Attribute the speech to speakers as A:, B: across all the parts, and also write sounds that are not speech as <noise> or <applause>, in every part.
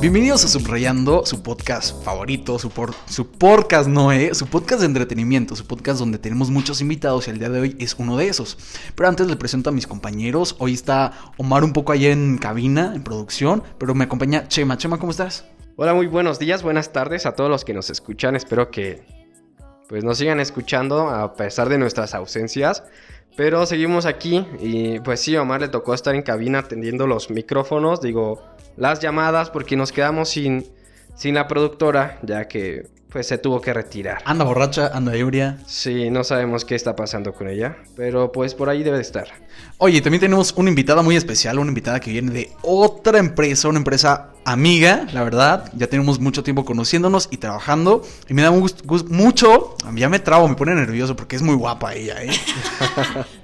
A: Bienvenidos a Subrayando, su podcast favorito, su, por, su podcast Noé, su podcast de entretenimiento, su podcast donde tenemos muchos invitados y el día de hoy es uno de esos. Pero antes le presento a mis compañeros. Hoy está Omar un poco allá en cabina, en producción, pero me acompaña Chema. Chema, ¿cómo estás?
B: Hola, muy buenos días, buenas tardes a todos los que nos escuchan. Espero que pues nos sigan escuchando a pesar de nuestras ausencias. Pero seguimos aquí y pues sí, Omar le tocó estar en cabina atendiendo los micrófonos, digo, las llamadas porque nos quedamos sin, sin la productora ya que pues se tuvo que retirar.
A: Anda borracha, anda ebria.
B: Sí, no sabemos qué está pasando con ella, pero pues por ahí debe de estar.
A: Oye, también tenemos una invitada muy especial, una invitada que viene de otra empresa, una empresa amiga, la verdad. Ya tenemos mucho tiempo conociéndonos y trabajando. Y me da gusto, gusto mucho, ya me trabo, me pone nervioso porque es muy guapa ella. ¿eh?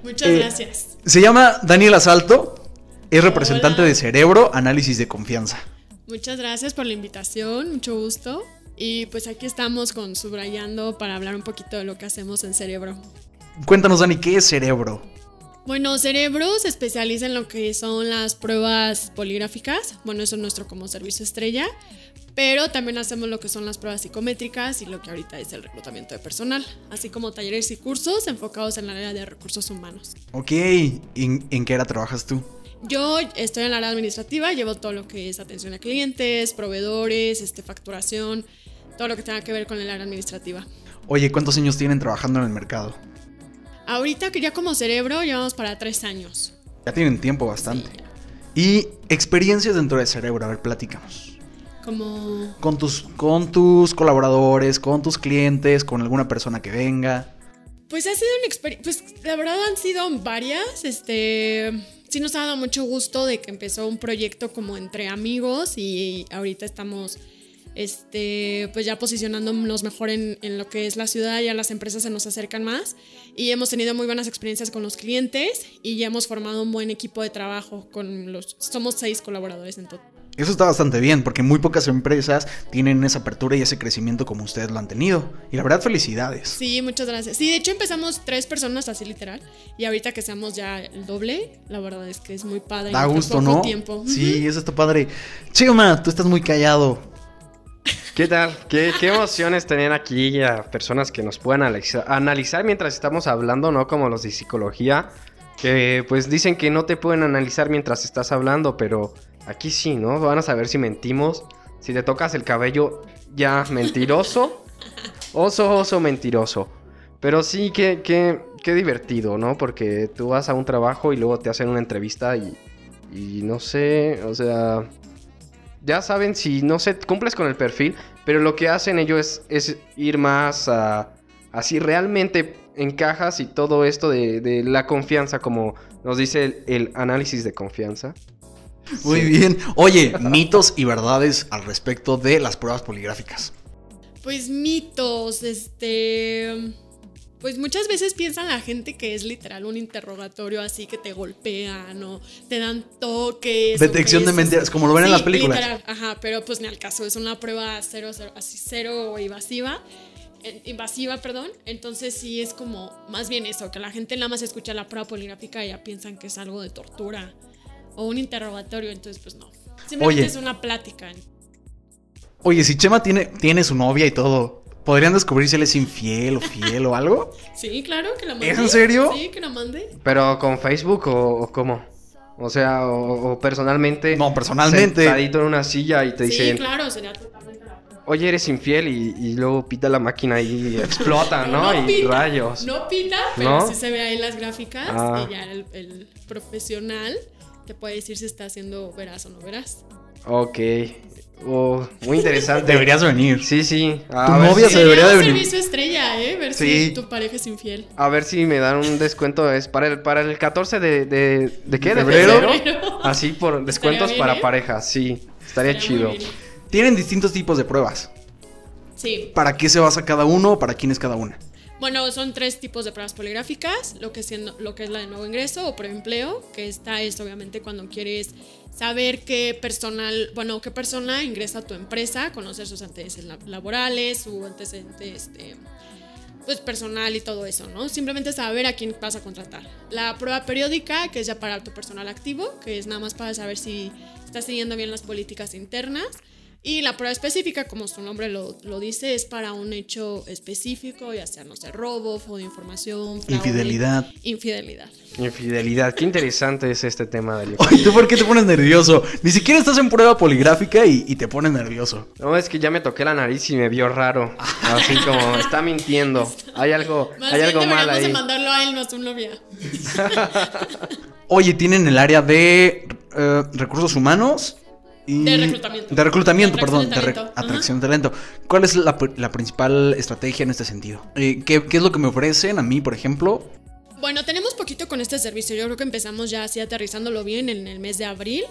C: Muchas eh, gracias.
A: Se llama Daniela Asalto, es representante Hola. de Cerebro, Análisis de Confianza.
C: Muchas gracias por la invitación, mucho gusto. Y pues aquí estamos con Subrayando para hablar un poquito de lo que hacemos en Cerebro.
A: Cuéntanos, Dani, ¿qué es Cerebro?
C: Bueno, Cerebro se especializa en lo que son las pruebas poligráficas. Bueno, eso es nuestro como servicio estrella. Pero también hacemos lo que son las pruebas psicométricas y lo que ahorita es el reclutamiento de personal, así como talleres y cursos enfocados en la área de recursos humanos.
A: Ok, ¿en, en qué área trabajas tú?
C: Yo estoy en la área administrativa, llevo todo lo que es atención a clientes, proveedores, este, facturación, todo lo que tenga que ver con el área administrativa.
A: Oye, ¿cuántos años tienen trabajando en el mercado?
C: Ahorita que ya como cerebro llevamos para tres años.
A: Ya tienen tiempo bastante. Sí. Y experiencias dentro del cerebro, a ver, platicamos.
C: Como...
A: Con tus, con tus colaboradores, con tus clientes, con alguna persona que venga.
C: Pues ha sido una experiencia, pues la verdad han sido varias, este sí nos ha dado mucho gusto de que empezó un proyecto como entre amigos y ahorita estamos este, pues ya posicionándonos mejor en, en, lo que es la ciudad, ya las empresas se nos acercan más y hemos tenido muy buenas experiencias con los clientes y ya hemos formado un buen equipo de trabajo con los, somos seis colaboradores en total.
A: Eso está bastante bien, porque muy pocas empresas tienen esa apertura y ese crecimiento como ustedes lo han tenido. Y la verdad, felicidades.
C: Sí, muchas gracias. Sí, de hecho empezamos tres personas así literal, y ahorita que seamos ya el doble, la verdad es que es muy padre.
A: Da gusto, ¿no?
C: Tiempo.
A: Sí, eso está padre. Chema, tú estás muy callado.
B: ¿Qué tal? ¿Qué, qué emociones tener aquí a personas que nos puedan analizar, analizar mientras estamos hablando, ¿no? Como los de psicología, que pues dicen que no te pueden analizar mientras estás hablando, pero aquí sí, ¿no? Van a saber si mentimos. Si te tocas el cabello, ya mentiroso. Oso, oso, mentiroso. Pero sí, que, que, que divertido, ¿no? Porque tú vas a un trabajo y luego te hacen una entrevista y, y no sé, o sea, ya saben si no sé, cumples con el perfil, pero lo que hacen ellos es, es ir más a, a, si realmente encajas y todo esto de, de la confianza, como nos dice el, el análisis de confianza.
A: Muy sí. bien. Oye, mitos y verdades al respecto de las pruebas poligráficas.
C: Pues mitos, este... Pues muchas veces piensan la gente que es literal un interrogatorio así que te golpean o te dan toques.
A: Detección de mentiras, como lo ven sí, en las películas.
C: Literal, ajá, pero pues ni al caso, es una prueba cero, cero así cero invasiva. Invasiva, perdón. Entonces sí es como más bien eso, que la gente nada más escucha la prueba poligráfica y ya piensan que es algo de tortura o un interrogatorio, entonces pues no. Simplemente Oye. es una plática.
A: Oye, si Chema tiene, tiene su novia y todo, ¿Podrían descubrir si él es infiel o fiel o algo?
C: Sí, claro, que la mande.
A: ¿Es en serio?
C: Sí, que la mande.
B: ¿Pero con Facebook o, o cómo? O sea, o, o, personalmente.
A: No, personalmente.
B: Sentadito en una silla y te
C: sí,
B: dicen.
C: Sí, claro, sería totalmente la prueba.
B: Oye, eres infiel y, y, luego pita la máquina y explota, ¿no?
C: no
B: y
C: pita,
B: rayos.
C: No pita, pero ¿No? sí se ve ahí las gráficas ah. y ya el, el profesional te puede decir si está haciendo veraz o no veraz.
B: Ok. Oh, muy interesante.
A: Deberías venir.
B: Sí, sí.
A: A tu a novia si se debería de venir.
C: servicio estrella, ¿eh? Ver sí. si tu pareja es infiel.
B: A ver si me dan un descuento. Es para el, para el 14 de, de, de qué?
A: De febrero.
B: Así por descuentos bien, para eh? parejas. Sí, estaría, estaría chido.
A: Tienen distintos tipos de pruebas.
C: Sí.
A: ¿Para qué se basa cada uno o para quién es cada una?
C: Bueno, son tres tipos de pruebas poligráficas, lo que, siendo, lo que es la de nuevo ingreso o preempleo, que esta es obviamente cuando quieres saber qué personal, bueno, qué persona ingresa a tu empresa, conocer sus antecedentes laborales, su antecedente este, pues personal y todo eso, ¿no? Simplemente saber a quién vas a contratar. La prueba periódica, que es ya para tu personal activo, que es nada más para saber si estás siguiendo bien las políticas internas. Y la prueba específica, como su nombre lo, lo dice, es para un hecho específico, ya sea, no sé, robo, fue de información, fraude,
A: Infidelidad.
C: Infidelidad.
B: Infidelidad. Qué interesante es este tema del
A: <laughs> Oye, ¿tú por qué te pones nervioso? Ni siquiera estás en prueba poligráfica y, y te pones nervioso.
B: No, es que ya me toqué la nariz y me vio raro. Así como, está mintiendo. Hay algo,
C: Más
B: hay
C: bien
B: algo mal
C: deberíamos de
B: ahí.
C: mandarlo a él, no a su novia.
A: Oye, tienen el área de eh, recursos humanos y...
C: De reclutamiento.
A: De reclutamiento,
C: De
A: perdón.
C: atracción de
A: de re-
C: talento. Ajá.
A: atracción de talento. ¿Cuál es la, pr- la principal estrategia en este sentido? Eh, ¿qué, qué es lo que me ofrecen a mí, por ejemplo?
C: Bueno, tenemos poquito con este servicio. Yo creo que empezamos ya así aterrizándolo bien en el mes de abril.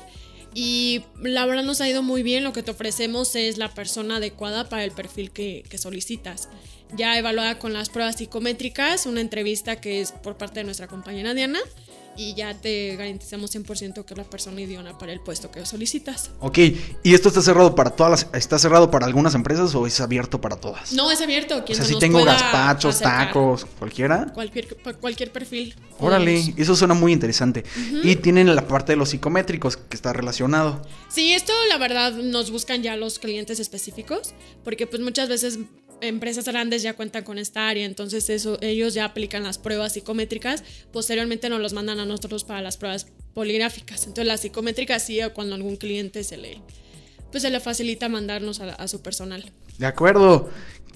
C: Y la verdad nos ha ido muy bien. Lo que te ofrecemos es la persona adecuada para el perfil que, que solicitas. Ya evaluada con las pruebas psicométricas, una entrevista que es por parte de nuestra compañera Diana. Y ya te garantizamos 100% que es la persona idónea para el puesto que solicitas.
A: Ok, ¿y esto está cerrado para todas las... ¿Está cerrado para algunas empresas o es abierto para todas?
C: No es abierto.
A: o
C: Quien
A: sea,
C: se
A: si
C: nos
A: tengo
C: pueda
A: gazpachos,
C: acercar.
A: tacos, cualquiera.
C: Cualquier, cualquier perfil.
A: Órale, eso suena muy interesante. Y tienen la parte de los psicométricos que está relacionado.
C: Sí, esto la verdad nos buscan ya los clientes específicos, porque pues muchas veces empresas grandes ya cuentan con esta área, entonces eso, ellos ya aplican las pruebas psicométricas, posteriormente nos los mandan a nosotros para las pruebas poligráficas. Entonces las psicométricas sí, cuando algún cliente se le, pues se le facilita mandarnos a, a su personal.
A: De acuerdo.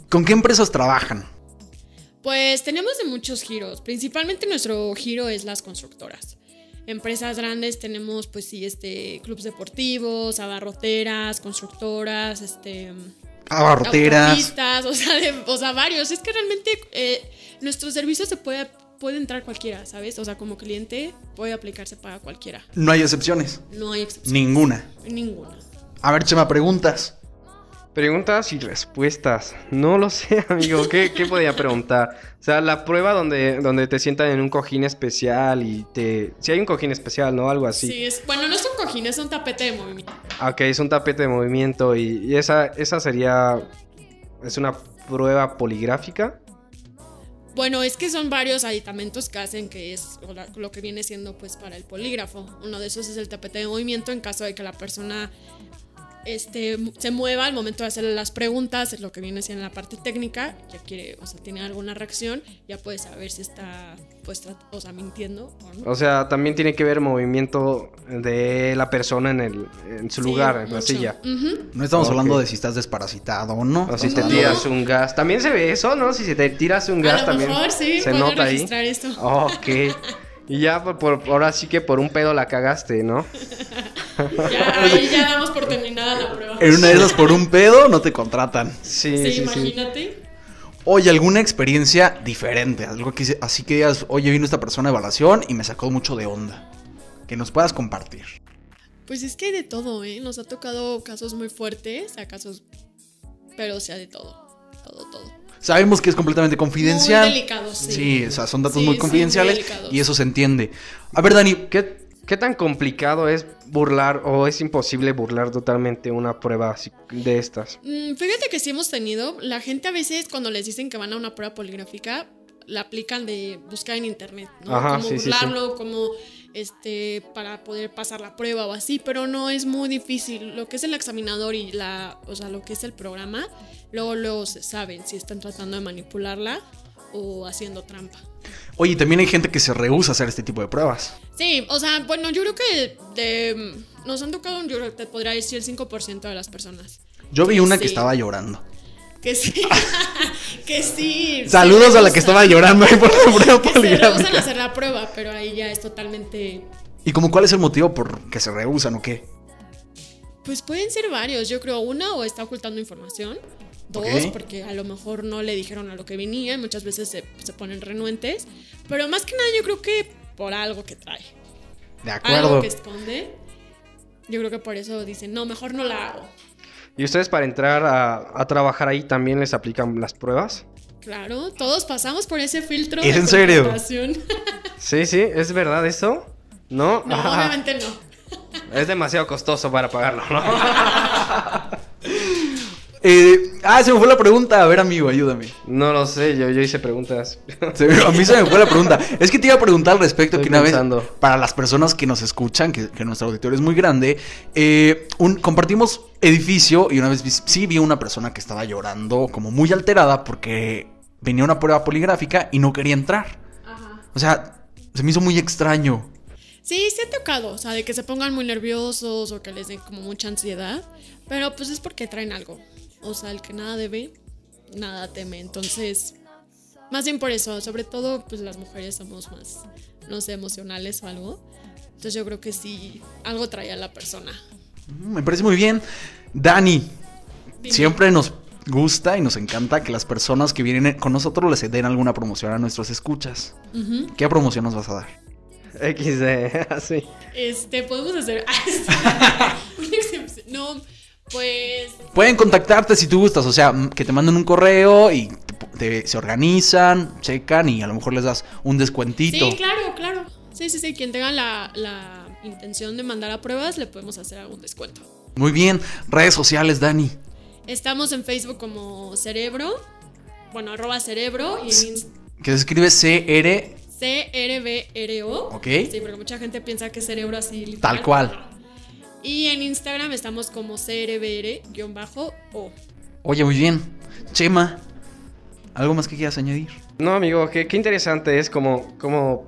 A: ¿Con qué empresas trabajan?
C: Pues tenemos de muchos giros. Principalmente nuestro giro es las constructoras. Empresas grandes tenemos, pues sí, este, clubes deportivos, abarroteras, constructoras, este,
A: Abarroteras.
C: autopistas, o sea, de- o sea, varios. Es que realmente eh, nuestro servicio se puede, puede entrar cualquiera, ¿sabes? O sea, como cliente puede aplicarse para cualquiera.
A: No hay excepciones.
C: No hay excepción.
A: Ninguna.
C: Ninguna.
A: A ver, Chema, preguntas.
B: Preguntas y respuestas. No lo sé, <laughs> amigo. ¿Qué, qué podía preguntar? O sea, la prueba donde, donde te sientan en un cojín especial y te... Si hay un cojín especial, ¿no? Algo así. Ah,
C: Sí. es, bueno, no es un cojín, es un tapete de movimiento.
B: Ok, es un tapete de movimiento y, y esa, esa sería... Es una prueba poligráfica.
C: Bueno, es que son varios aditamentos que hacen que es o la- lo que viene siendo pues para el polígrafo. Uno de esos es el tapete de movimiento en caso de que la persona este, mu- se mueva al momento de hacerle las preguntas, es lo que viene siendo la parte técnica, ya quiere, o sea, tiene alguna reacción, ya puede saber si está pues trat- o sea, mintiendo o no.
B: O sea, también tiene que ver movimiento de la persona en, el, en su
C: Sí,
B: lugar, en la
C: mucho.
B: silla.
C: Ujú.
A: No estamos
B: Ok.
A: hablando de si estás desparasitado o Ah, no.
B: O si
A: Estamos
B: te
A: hablando-
B: tiras un gas. También se ve eso, ¿no? Si se te tiras un gas
C: A lo
B: también.
C: mejor sí,
B: se
C: puedo
B: nota ahí.
C: registrar esto.
B: <laughs> Ok. Y ya por, por- ahora sí que por un pedo la cagaste, ¿no?
C: Ya, ahí ya damos por terminada la prueba.
A: En una de esas por un pedo no te contratan.
B: Sí,
C: Sí,
B: sí, sí.
C: imagínate.
A: Oye, alguna experiencia diferente, algo que se- así que digas, oye, vino esta persona a evaluación y me sacó mucho de onda. Que nos puedas compartir.
C: Pues es que hay de todo, ¿eh? Nos ha tocado casos muy fuertes, a casos. Pero o sea, de todo. Todo, todo.
A: Sabemos que es completamente confidencial.
C: Muy delicado, sí.
A: Sí, o sea, son datos
C: Sí,
A: muy
C: sí,
A: confidenciales
C: delicados.
A: y eso se entiende. A ver, Dani,
B: ¿Qué, qué tan complicado es burlar o es imposible burlar totalmente una prueba así de estas?
C: Mm, fíjate que sí hemos tenido. La gente a veces, cuando les dicen que van a una prueba poligráfica, la aplican de buscar en internet, ¿no?
B: Ajá,
C: como
B: sí, sí, sí.
C: burlarlo, como. Este, para poder pasar la prueba o así, pero no es muy difícil. Lo que es el examinador y la, o sea, lo que es el programa, luego, luego se saben si están tratando de manipularla o haciendo trampa.
A: oye, también hay gente que se rehúsa a hacer este tipo de pruebas.
C: Sí, o sea, bueno, yo creo que de- mm, nos han tocado, yo creo que te podría decir el 5% de las personas.
A: Yo vi
C: Que
A: una que
C: sí.
A: estaba llorando.
C: Que sí, <laughs> que sí.
A: Saludos
C: se
A: a la que
C: rehusan-
A: estaba llorando ahí por la prueba
C: <laughs> Que se rehusan a
A: poligráfica.
C: hacer la prueba, pero ahí ya es totalmente...
A: ¿Y como cuál es el motivo por que se rehusan o qué?
C: Pues pueden ser varios, yo creo. Una, o está ocultando información. Dos,
A: Ok.
C: porque a lo mejor no le dijeron a lo que venía y muchas veces se, se ponen renuentes. Pero más que nada yo creo que por algo que trae.
A: De
C: Algo
A: acuerdo.
C: que esconde. Yo creo que por eso dicen, no, mejor no la hago.
B: ¿Y ustedes para entrar a, a trabajar ahí también les aplican las pruebas?
C: Claro, todos pasamos por ese filtro.
A: ¿Es
C: de
A: en serio? <laughs>
C: contratación.
B: Sí, sí, ¿es verdad eso? No,
C: No,
B: Ah,
C: obviamente no.
B: es demasiado costoso para pagarlo, ¿no?
A: Eh, ah, se me fue la pregunta. A ver, amigo, ayúdame.
B: No lo sé, yo, yo hice preguntas. <laughs>
A: Se me- a mí se me fue la pregunta. Es que te iba a preguntar al respecto que
B: Estoy
A: una
B: pensando.
A: vez, para las personas que nos escuchan, que, que nuestro auditorio es muy grande, eh, un- compartimos edificio y una vez vi- sí vi una persona que estaba llorando como muy alterada porque venía una prueba poligráfica y no quería entrar. O sea, se me hizo muy extraño.
C: Sí, se ha tocado, o sea, de que se pongan muy nerviosos o que les den como mucha ansiedad, pero pues es porque traen algo. O sea, el que nada debe, nada teme. Entonces, más bien por eso, sobre todo pues las mujeres somos más, no sé, emocionales o algo. Entonces yo creo que sí, algo trae a la persona.
A: Mm, Me parece muy bien. Dani,
C: Dime.
A: siempre nos gusta y nos encanta que las personas que vienen con nosotros les den alguna promoción a nuestros escuchas.
C: Ujú.
A: ¿Qué promoción nos vas a dar?
B: XD, así.
C: Este, podemos hacer... <laughs> Una excepción. no, pues...
A: Pueden contactarte si tú gustas, o sea, m- que te manden un correo y te- te- se organizan, checan y a lo mejor les das un descuentito.
C: Sí, claro, claro. Sí, sí, sí. Quien tenga la, la intención de mandar a pruebas, le podemos hacer algún descuento.
A: Muy bien, redes sociales, Dani.
C: Estamos en Facebook como Cerebro. Bueno, arroba Cerebro y en Inst-
A: Que se escribe CR.
C: C-R-B-R-O.
A: Ok.
C: Sí, porque mucha gente piensa que es Cerebro así. literal.
A: Tal cual.
C: Y en Instagram estamos como CRBR-O.
A: Oye, muy bien. Chema, ¿algo más que quieras añadir?
B: No, amigo, qué, qué interesante es como, como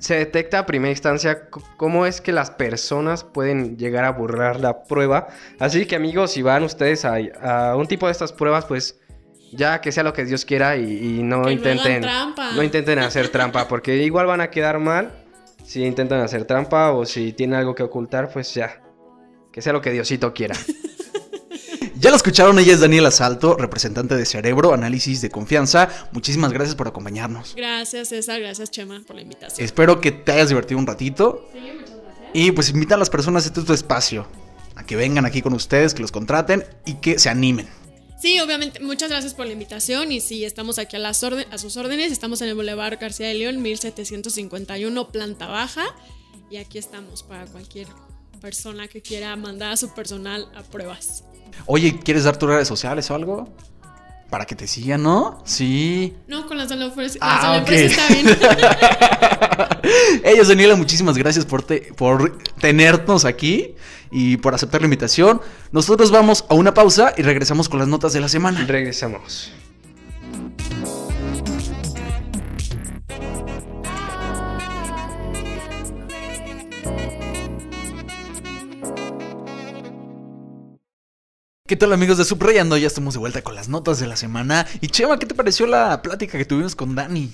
B: se detecta a primera instancia c- cómo es que las personas pueden llegar a burlar la prueba. Así que, amigos, si van ustedes a, a un tipo de estas pruebas, pues ya que sea lo que Dios quiera y, y no
C: Que no hagan
B: intenten.
C: trampa.
B: no intenten hacer trampa, porque igual van a quedar mal si intentan hacer trampa o si tienen algo que ocultar, pues ya. Que sea lo que Diosito
C: <laughs>
B: quiera.
A: Ya la escucharon, ella es Daniela Salto, representante de Cerebro, Análisis de Confianza. Muchísimas gracias por acompañarnos.
C: Gracias, César. Gracias, Chema, por la invitación.
A: Espero que te hayas divertido un ratito
C: Sí, muchas gracias.
A: y pues invita a las personas, este es tu espacio, a que vengan aquí con ustedes, que los contraten y que se animen.
C: Sí, obviamente, muchas gracias por la invitación y sí, estamos aquí a, las orden- a sus órdenes, estamos en el Boulevard García de León, 1751, planta baja, y aquí estamos para cualquier persona que quiera mandar a su personal a pruebas.
A: Oye, ¿quieres dar tus redes sociales o algo? Para que te sigan, ¿no? Sí. <gasps>
C: No, con las de la, ofre-
A: Ah,
C: las de la
A: ok.
C: empresa está bien.
A: Ella es Daniela, muchísimas gracias por, te- por tenernos aquí y por aceptar la invitación. Nosotros vamos a una pausa y regresamos con las notas de la semana.
B: Regresamos.
A: ¿Qué tal amigos de Subrayando? Ya estamos de vuelta con las notas de la semana. Y Chema, ¿qué te pareció la plática que tuvimos con Dani?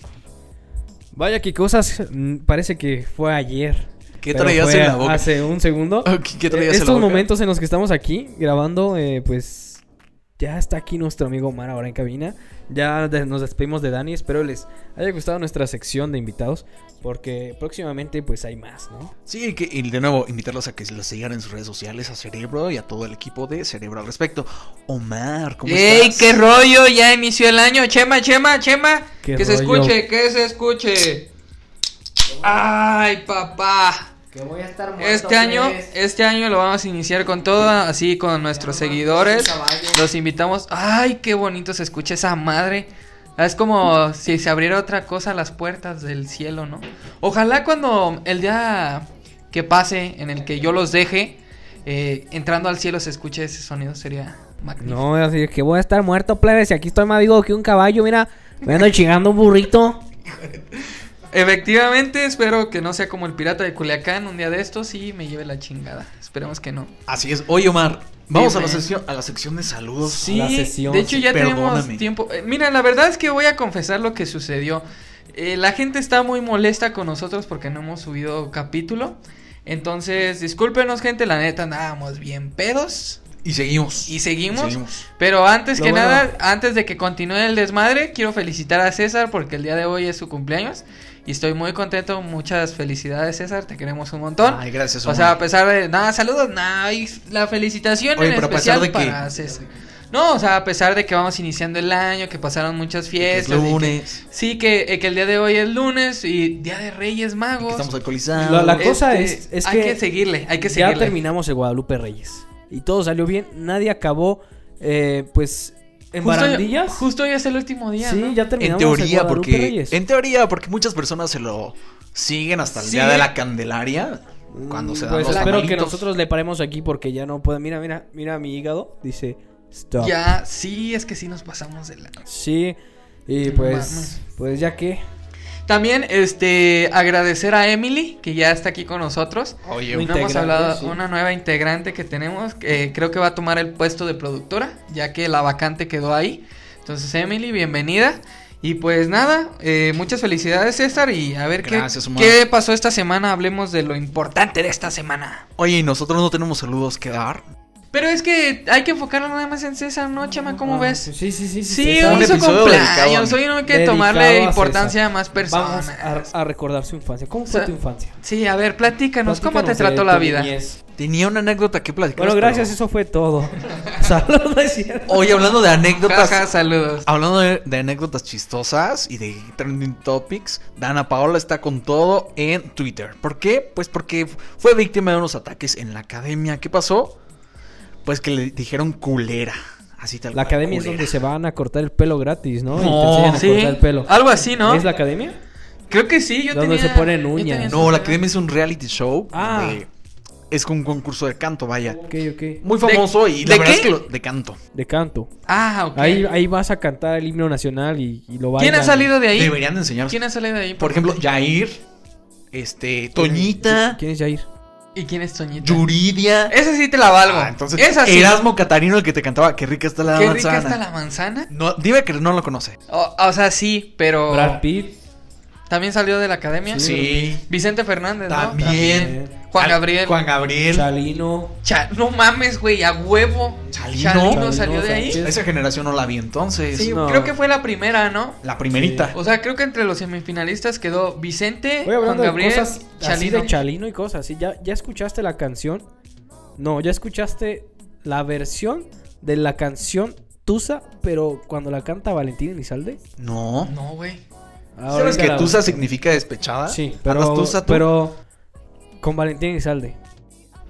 D: Vaya que cosas, mm, parece que fue ayer.
A: ¿Qué
D: pero
A: traías
D: fue
A: en la
D: a-
A: boca?
D: Hace un segundo.
A: Ok, <laughs> ¿Qué traías
D: Eh,
A: en la
D: Estos
A: boca?
D: momentos en los que estamos aquí grabando, eh, pues ya está aquí nuestro amigo Omar ahora en cabina. Ya de- nos despedimos de Dani. Espero les haya gustado nuestra sección de invitados. Porque próximamente pues hay más, ¿no?
A: Sí, que, y de nuevo, invitarlos a que los sigan en sus redes sociales, a Cerebro y a todo el equipo de Cerebro al respecto. Omar, ¿cómo
E: ¡Ey,
A: estás?
E: qué rollo! Ya inició el año. Chema, Chema, Chema.
D: Qué
E: Que se
D: rollo.
E: escuche, que se escuche. ¡Ay, papá! Este año, este año lo vamos a iniciar con todo, así con nuestros seguidores. Los invitamos. Ay, qué bonito se escucha esa madre. Ah, Es como si se abriera otra cosa las puertas del cielo, ¿no? Ojalá cuando el día que pase, en el que yo los deje, eh, entrando al cielo se escuche ese sonido, sería magnífico.
D: No, así que voy a estar muerto, plebes. Y aquí estoy más vivo que un caballo. Mira, me ando chingando un burrito.
E: Efectivamente, espero que no sea como el pirata de Culiacán un día de estos y me lleve la chingada. Esperemos que no.
A: Así es. Oye, Omar, vamos a la,
E: Dime.
A: sección, a la sección de saludos.
E: Sí,
D: la sesión,
E: de hecho
A: sí,
E: ya
A: perdóname.
E: tenemos tiempo. Eh, mira, la verdad es que voy a confesar lo que sucedió. Eh, la gente está muy molesta con nosotros porque no hemos subido capítulo. Entonces, discúlpenos gente, la neta andábamos bien pedos.
A: Y seguimos.
E: Y seguimos. Pero antes
D: Lo
E: que
D: bueno.
E: nada, antes de que continúe el desmadre, quiero felicitar a César porque el día de hoy es su cumpleaños. Y estoy muy contento, muchas felicidades César, te queremos un montón.
A: Ay, gracias,
E: O
A: Omar.
E: sea, a pesar de. Nada, saludos, nada. Y la felicitación
A: Oye,
E: en
A: pero a
E: especial
A: pesar de que-
E: para César. No, o sea, a pesar de que vamos iniciando el año, que pasaron muchas
A: Que
E: fiestas.
A: es
E: y que-
A: lunes,
E: sí, que, eh, que el día de hoy es lunes y día de Reyes
A: que
E: Magos.
A: estamos alcoholizados.
D: La- la-
E: Este,
D: cosa es- es
E: hay
D: que
E: que seguirle, hay que
D: ya
E: seguirle.
D: terminamos el Guadalupe Reyes. Y todo salió bien. Nadie acabó eh, pues, en
E: Justo hoy-
D: barandillas.
E: Justo hoy es el último día.
D: sí,
E: ¿no?
D: ya
A: En
D: terminamos. el
A: teoría,
D: Guadalupe
A: porque.
D: Reyes.
A: En teoría, porque muchas personas se lo siguen hasta el día
E: Sí.
A: de la Candelaria. Cuando se dan
D: Pues
A: los
D: espero que
A: tamalitos.
D: nosotros le paremos aquí porque ya no puede. Mira, mira, mira mi hígado. Dice, stop.
E: Ya, sí, es que sí nos pasamos de la.
D: Sí, y
E: No
D: pues,
E: mames.
D: pues ya que.
E: También, este, agradecer a Emily, que ya está aquí con nosotros.
A: Oye,
D: Muy
E: No hemos
D: Integrante,
E: hablado
D: sí.
E: una nueva integrante que tenemos, que creo que va a tomar el puesto de productora, ya que la vacante quedó ahí. Entonces, Emily, bienvenida. Y pues nada, eh, muchas felicidades César y a ver qué,
A: Gracias, Omar.
E: qué pasó esta semana, hablemos de lo importante de esta semana.
A: Oye, y nosotros no tenemos saludos que dar.
E: Pero es que hay que enfocarnos nada más en César, ¿no, Chama? ¿Cómo
D: Ah,
E: ves?
D: pues Sí, sí, sí.
E: Sí,
D: César.
E: hoy
A: un
E: es su
A: episodio dedicado a
E: cumpleaños,
A: mí.
E: hoy no hay que
D: Dedicado
E: tomarle
D: a
E: importancia a
D: César.
E: más personas.
D: Vamos a, a recordar su infancia. ¿Cómo
E: O
D: fue
E: sea,
D: tu infancia?
E: Sí, a ver, platícanos, ¿cómo te
D: Platícanos de
E: trató la
D: tu
E: vida?
D: niñez.
A: Tenía una anécdota que platicar.
D: Bueno,
A: pero-
D: gracias, eso fue todo. <laughs> Saludos, <laughs> no es cierto.
A: Oye, hablando de anécdotas.
E: Jaja, saludos.
A: Hablando de, de anécdotas chistosas y de trending topics, Dana Paola está con todo en Twitter. ¿Por qué? Pues porque fue víctima de unos ataques en la academia. ¿Qué pasó? Pues que le dijeron culera. Así tal
D: La
A: cual,
D: academia es
A: culera.
D: donde se van a cortar el pelo gratis, ¿no?
E: No,
D: y te enseñan
E: sí.
D: a cortar el pelo.
E: Algo así, ¿no?
D: ¿Es la academia?
E: Creo que sí, yo
D: Donde
E: tenía...
D: se ponen
E: yo
D: uñas.
E: tenía-
A: No, la academia es un reality show.
D: Ah.
A: donde es un concurso de canto, vaya.
D: Ok, ok.
A: Muy famoso y la
E: de
A: verdad
E: qué?
A: es que lo- de canto.
D: De canto.
E: Ah, ok.
D: Ahí, ahí vas a cantar el himno nacional y, y lo bailan.
E: ¿Quién ha salido de ahí?
A: Deberían de enseñar.
E: ¿Quién ha salido de ahí?
A: Por ejemplo, Jair, este, Toñita,
D: ¿Quién es Jair?
E: ¿Y quién es Toñita?
A: Yuridia.
E: Esa sí te la valgo.
A: Ah, entonces,
E: Esa sí.
A: Erasmo Catarino, el que te cantaba, qué rica está la
E: Qué
A: manzana.
E: rica está la manzana.
A: No, dime que no lo conoce.
E: O, o sea, sí, pero...
D: Brad Pitt.
E: ¿También salió de la academia?
A: Sí.
E: Vicente Fernández, ¿no?
A: También.
E: Juan Gabriel.
A: Juan Gabriel.
D: Chalino.
E: Cha- no mames, güey, a huevo.
A: Chalino.
E: Chalino salió de ahí.
D: Sánchez.
A: Esa generación no la vi entonces.
E: Sí,
D: No.
E: creo que fue la primera, ¿no?
A: La primerita.
E: O sea, creo que entre los semifinalistas quedó Vicente,
D: Oye,
E: Juan
D: hablando
E: Gabriel,
D: de cosas así
E: Chalino.
D: de Chalino y cosas así, ¿ya, ¿ya escuchaste la canción? No, ya escuchaste la versión de la canción Tusa, pero cuando la canta Valentín Elizalde.
A: No.
E: no, güey.
A: ¿Sabes que
D: Ahorita la-
A: Tusa significa despechada?
D: Sí,
E: Ah,
A: Andas
D: pero,
A: Tusa, tú.
D: pero con Valentín Elizalde.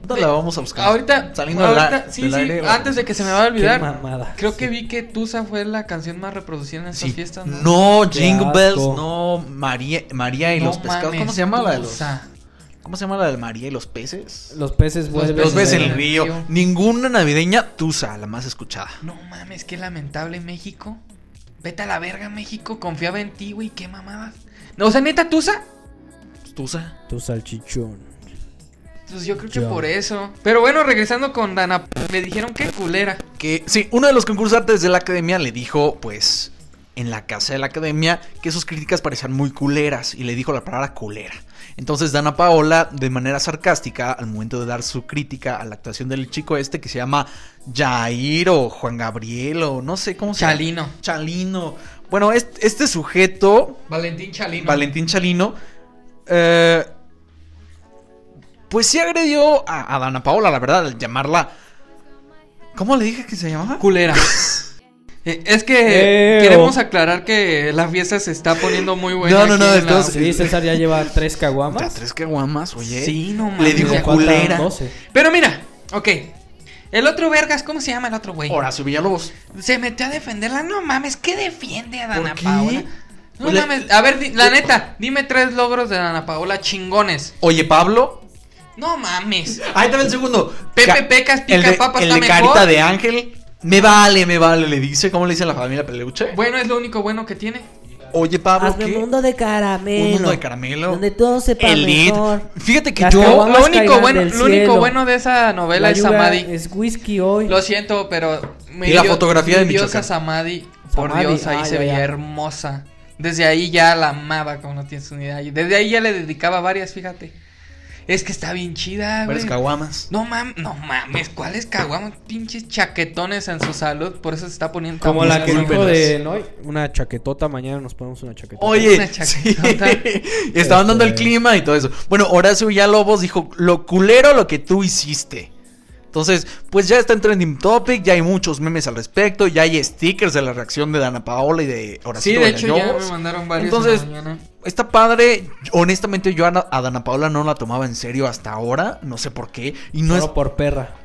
A: Ahorita la vamos a buscar.
E: Ahorita,
A: Ah, Saliendo
E: ahorita-
A: de la-
E: sí,
A: del
E: sí,
A: aire, la-
E: antes de que se me va a
D: Qué
E: olvidar,
D: mamada.
E: creo que vi que Tusa fue la canción más reproducida en estas
A: Sí.
E: fiestas.
A: No, Jingle
D: asco.
A: Bells, no, María, María y
E: No
A: los pescados. ¿Cómo
E: mames,
A: se llama la de los?
E: Tusa.
A: ¿Cómo se llama la de María y los peces?
D: Los peces vuelven.
A: Los peces en
E: en
A: el
E: el
A: río.
E: río.
A: Ninguna navideña Tusa, la más escuchada.
E: No mames, qué lamentable México. Vete a la verga, México. Confiaba en ti, güey. Qué mamadas. No, o sea, neta, Tusa.
A: Tusa.
D: Tu salchichón.
E: Pues yo creo que
D: Ya.
E: por eso. Pero bueno, regresando con Dana, me dijeron que culera.
A: que sí, uno de los concursantes de la academia le dijo, pues, en la casa de la academia, que sus críticas parecían muy culeras y le dijo la palabra culera. Entonces Dana Paola, de manera sarcástica, al momento de dar su crítica a la actuación del chico este que se llama Jair o Juan Gabriel o no sé cómo se llama.
E: Chalino.
A: Chalino. Bueno, este, este sujeto
E: Valentín Chalino.
A: Valentín Chalino, eh, pues sí agredió a, a Dana Paola, la verdad, al llamarla. ¿Cómo le dije que se llamaba? <laughs>
E: Culera. Eh, es que
D: Eh,
E: queremos
D: oh.
E: aclarar que la fiesta se está poniendo muy buena.
A: No, no,
E: aquí
A: no,
E: en la-
A: estamos-
D: Sí, César ya lleva tres
A: Ya,
D: caguamas.
A: tres caguamas, oye.
E: Sí, no mames.
A: Le dijo
D: Le faltan
A: culera.
D: 12.
E: Pero mira, ok. El otro Vergas, ¿cómo se llama el otro güey?
A: Horacio Villalobos.
E: Se metió a defenderla. No mames, ¿qué defiende a Dana
A: ¿Por qué?
E: Paola? No
A: Pues la-
E: mames, a ver, di- la neta, dime tres logros de Dana Paola chingones.
A: Oye, Pablo.
E: No mames.
A: Ahí también el segundo.
E: Pepe
A: Ca-
E: Pecas pica
A: el de,
E: papa
A: el
E: está
A: de
E: mejor.
A: carita de ángel. Me vale, me vale, le dice. ¿Cómo le dice la familia Peleuche?
E: Bueno, es lo único bueno que tiene.
A: Oye, Pablo, ¿qué?
D: de caramelo.
A: Un mundo de caramelo.
D: Donde todo sepa
A: El lead.
D: mejor.
A: Fíjate que
D: Las
A: yo.
D: caguamas.
E: Lo
D: Vamos
E: único
D: caerán
E: bueno,
D: del
E: lo único
D: cielo.
E: bueno de esa novela es
D: lluvia
E: Samadhi.
D: Es whisky hoy.
E: Lo siento, pero me
A: Y la fotografía de
E: mi diosa
A: Michoacán.
E: Samadhi, por
D: Samadhi,
E: Dios, ahí
D: ah,
E: se
D: ya,
E: veía
D: ya.
E: hermosa. Desde ahí ya la amaba, como no tienes una idea. Y Desde ahí ya le dedicaba varias, fíjate. Es que está bien chida, güey.
A: Varias caguamas.
E: No mames, no mames, ¿cuáles caguamas? Pinches chaquetones en su salud, por eso se está poniendo tan
D: Como la que dijo
E: musculoso.
D: de Noy, una chaquetota, mañana nos ponemos una chaquetota.
A: Oye,
E: Una
A: sí.
E: chaquetota.
A: <laughs> estaban dando el
D: Este.
A: clima y todo eso. Bueno, Horacio Villalobos dijo, lo culero lo que tú hiciste. Entonces, pues ya está en trending topic, ya hay muchos memes al respecto, ya hay stickers de la reacción de Dana Paola y de
E: Sí,
A: Horacio
E: de hecho ya me
A: Villalobos.
E: mandaron varios
A: Entonces,
E: en la mañana.
A: Está padre, honestamente yo a, Na- a Dana Paola no la tomaba en serio hasta ahora, no sé por qué, y no
D: no
A: es
D: por perra.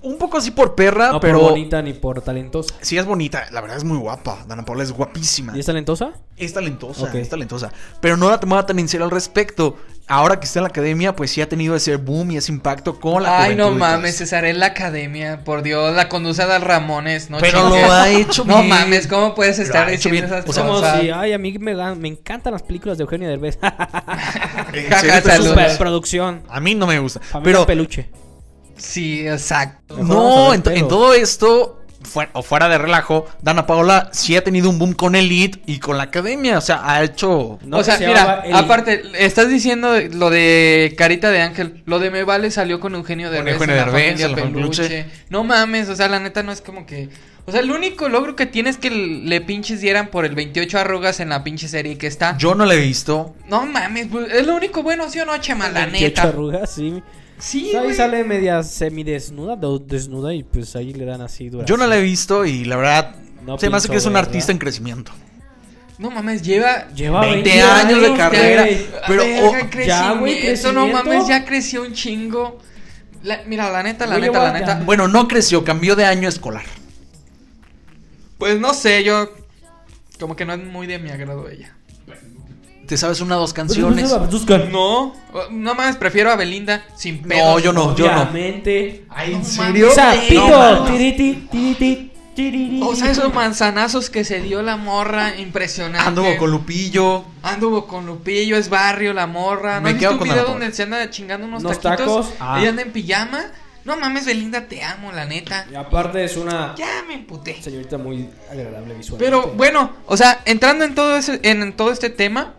A: un poco así por perra,
D: No
A: pero
D: por bonita ni por talentosa.
A: sí es bonita. La verdad es muy guapa. Dana Paola es guapísima.
D: ¿Y es talentosa?
A: Es talentosa,
D: Ok.
A: es talentosa. Pero no la tomaba tan en serio al respecto. Ahora que está en la academia, pues sí ha tenido ese boom y ese impacto con la
E: Ay,
A: juventud y
E: no
A: todo
E: mames,
A: eso.
E: César, es la academia, por Dios, la conduce Adal Ramones, ¿no?
A: Pero
E: chingues.
A: lo ha hecho
E: No
A: bien.
E: mames, ¿cómo puedes
A: Lo
E: estar
A: ha hecho
E: diciendo
A: bien.
E: esas
A: O sea,
D: Como
E: cosas?
D: si, ay, a mí me, gan- me encantan las películas de Eugenio Derbez.
A: En
E: Jaja,
A: serio, te-
D: <laughs>
E: salud. Saludos.
D: Superproducción.
A: A mí no me gusta.
D: Familia
A: Pero
D: Peluche.
E: Sí, exacto.
D: Mejor vamos a
A: no,
D: ver
A: en, to- en
D: pelos.
A: todo esto, fuera, o fuera de relajo, Dana Paola sí ha tenido un boom con Elite y con la academia. O sea, ha hecho.
D: No,
E: o sea,
D: se
E: mira,
D: llamaba Eli.
E: aparte, estás diciendo lo de Carita de Ángel, lo de Me Vale salió con Eugenio de
A: Eugenio Derbez, en la Peluche.
E: No mames, o sea, la neta no es como que... O sea, el único logro que tienes que le pinches dieran por el 28 arrugas en la pinche serie que está.
A: Yo no la he visto.
E: No mames, pues, es lo único bueno, sí o no, Chema, la
D: 28
E: neta.
D: arrugas, sí.
E: Sí,
D: Ahí
E: güey.
D: sale media semidesnuda, do- desnuda y pues ahí le dan así dura.
A: Yo no la he visto y la verdad.
D: No
A: se me hace
D: pienso
A: que es un
D: verla.
A: artista en crecimiento.
E: No mames, lleva...
D: Lleva
A: 20
D: 20,
A: años de carrera.
D: güey.
A: Pero,
E: Pero
A: oh,
D: ya, güey,
E: eso no
D: crecimiento.
E: mames, ya creció un chingo. La- mira, la neta, la
D: Güey,
E: neta,
D: yo
E: la
D: voy a-
E: neta.
A: Bueno, no creció, cambió de año escolar.
E: Pues no sé, yo como que no es muy de mi agrado ella.
A: Te sabes una o dos
D: Pues, pues,
A: canciones.
D: se va a buscar.
E: No, no mames, prefiero a Belinda sin pedos.
A: No, yo no, yo no.
D: pues, Obviamente.
A: ¿En
E: serio?
D: O sea,
E: No
D: pito,
E: mames.
D: tiriti, tiriti, tiriri.
E: O sea, esos manzanazos que se dio la morra, impresionante.
A: Anduvo con Lupillo.
E: Anduvo con Lupillo, es barrio, la morra. ¿No
A: Me
E: has
A: quedo
E: visto un
A: con
E: video
A: Ana Paula.
E: donde se anda chingando unos
D: Unos
E: taquitos?
D: tacos, ah.
E: Ella anda en pijama. No mames, Belinda, te amo, la neta.
D: Y aparte es una
E: Ya me emputé.
D: señorita muy agradable visualmente.
E: Pero bueno, o sea, entrando en todo, ese- en, en todo este tema,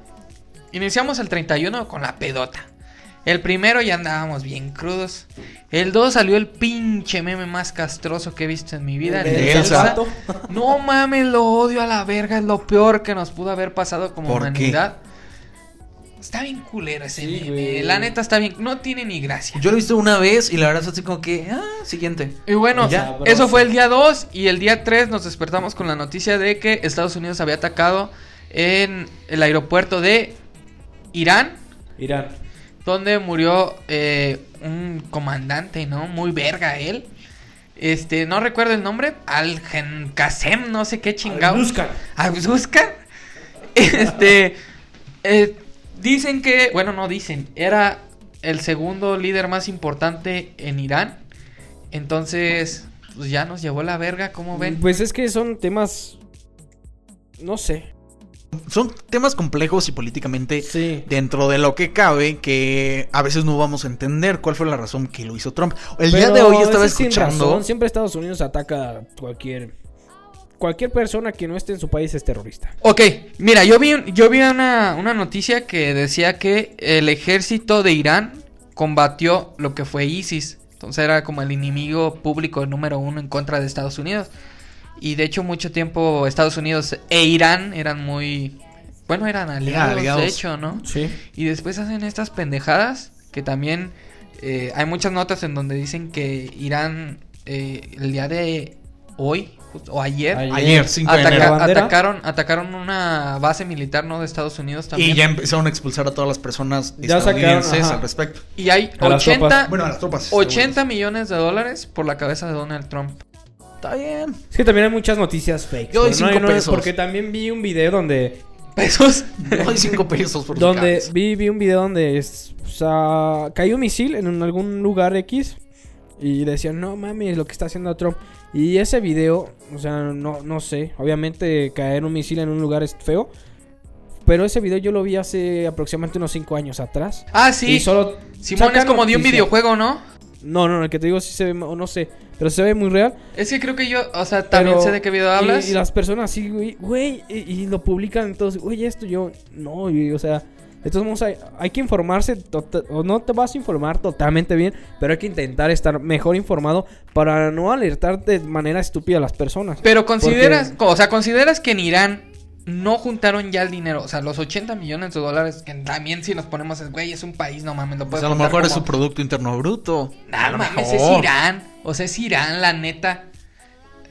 E: iniciamos el 31 con la pedota. El primero ya andábamos bien crudos. El 2 salió el pinche meme más castroso que he visto en mi vida.
D: El
E: el
A: de
E: de
A: Elsa.
E: Elsa. <laughs> No mames, lo odio a la verga. Es lo peor que nos pudo haber pasado como
A: ¿Por qué?
E: humanidad. Está bien culero ese
D: Sí,
E: meme.
D: güey.
E: La neta está bien. No tiene ni gracia.
A: Yo lo he visto una vez y la verdad es así como que. Ah, siguiente.
E: Y bueno,
D: Ya.
E: eso fue el día 2 y el día 3 nos despertamos con la noticia de que Estados Unidos había atacado en el aeropuerto de Irán,
D: Irán.
E: donde murió eh, un comandante, ¿no? Muy verga él. Este, no recuerdo el nombre, al Qasem, no sé qué chingado.
D: Buscan.
E: Abduzcan. <laughs> Este. eh, dicen que. Bueno, no dicen. Era el segundo líder más importante en Irán. Entonces. Pues ya nos llevó la verga, ¿cómo ven?
D: Pues es que son temas no sé.
A: Son temas complejos y políticamente
D: Sí.
A: dentro de lo que cabe, que a veces no vamos a entender cuál fue la razón que lo hizo Trump. El día
D: Pero
A: de hoy yo
D: es
A: estaba
D: que sin
A: escuchando.
D: razón, siempre Estados Unidos ataca a cualquier cualquier persona que no esté en su país es terrorista.
E: Ok, mira, yo vi, yo vi una, una noticia que decía que el ejército de Irán combatió lo que fue ISIS. Entonces era como el enemigo público número uno en contra de Estados Unidos. Y de hecho mucho tiempo Estados Unidos e Irán eran muy... Bueno, eran aliados,
A: aliados.
E: de hecho, ¿no?
D: Sí.
E: Y después hacen estas pendejadas que también eh, hay muchas notas en donde dicen que Irán eh, el día de hoy justo- o ayer
A: Ayer, 5 de
E: Ataca-
D: la
A: enero.
D: bandera.
E: atacaron, atacaron una base militar no de Estados Unidos también.
A: Y ya empezaron a expulsar a todas las personas
D: Ya sacaron,
A: estadounidenses
D: ajá.
A: al respecto.
E: Y hay
D: A las
E: 80,
D: tropas.
A: Bueno, a las tropas.
E: 80 millones de dólares por la cabeza de Donald Trump. <laughs>
A: Está bien.
D: Es que también hay muchas noticias fake.
A: Yo doy
D: pero no hay-
A: cinco
D: no es-
A: pesos.
D: Porque también vi un video donde
E: Pesos.
A: No hay 5 pesos
D: <laughs>
A: por su
D: donde
A: cabeza.
D: vi, vi un video donde es- o sea, cayó un misil en un- algún lugar X y decían, no mames, lo que está haciendo Trump. Y ese video, o sea, no, no sé, obviamente caer un misil en un lugar es feo, pero ese video yo lo vi hace aproximadamente unos 5 años atrás.
E: Ah, sí.
D: Y solo
E: Simón es
D: sacan
E: como de un
D: noticia.
E: videojuego, ¿no?
D: No, no, no, el que te digo sí se ve, ma- o no sé, pero se ve muy real.
E: Es que creo que yo, o sea, también
D: pero-
E: sé de qué video hablas.
D: Y, y las personas así, güey, güey, y, y lo publican, entonces, güey, esto yo, no, y, o sea, entonces vamos hay, hay que informarse, tota- o no te vas a informar totalmente bien, pero hay que intentar estar mejor informado para no alertar de manera estúpida a las personas.
E: Pero consideras, o sea, consideras que en Irán no juntaron ya el dinero, o sea, los 80 millones de dólares, que también si nos ponemos, es, güey, es un país, no mames, lo
A: Pues
E: puedes
A: a lo
E: juntar
A: mejor es su
E: como-
A: Producto Interno Bruto.
E: No
A: A lo
E: mames, es
A: mejor.
E: Irán. O sea, es Irán, la neta.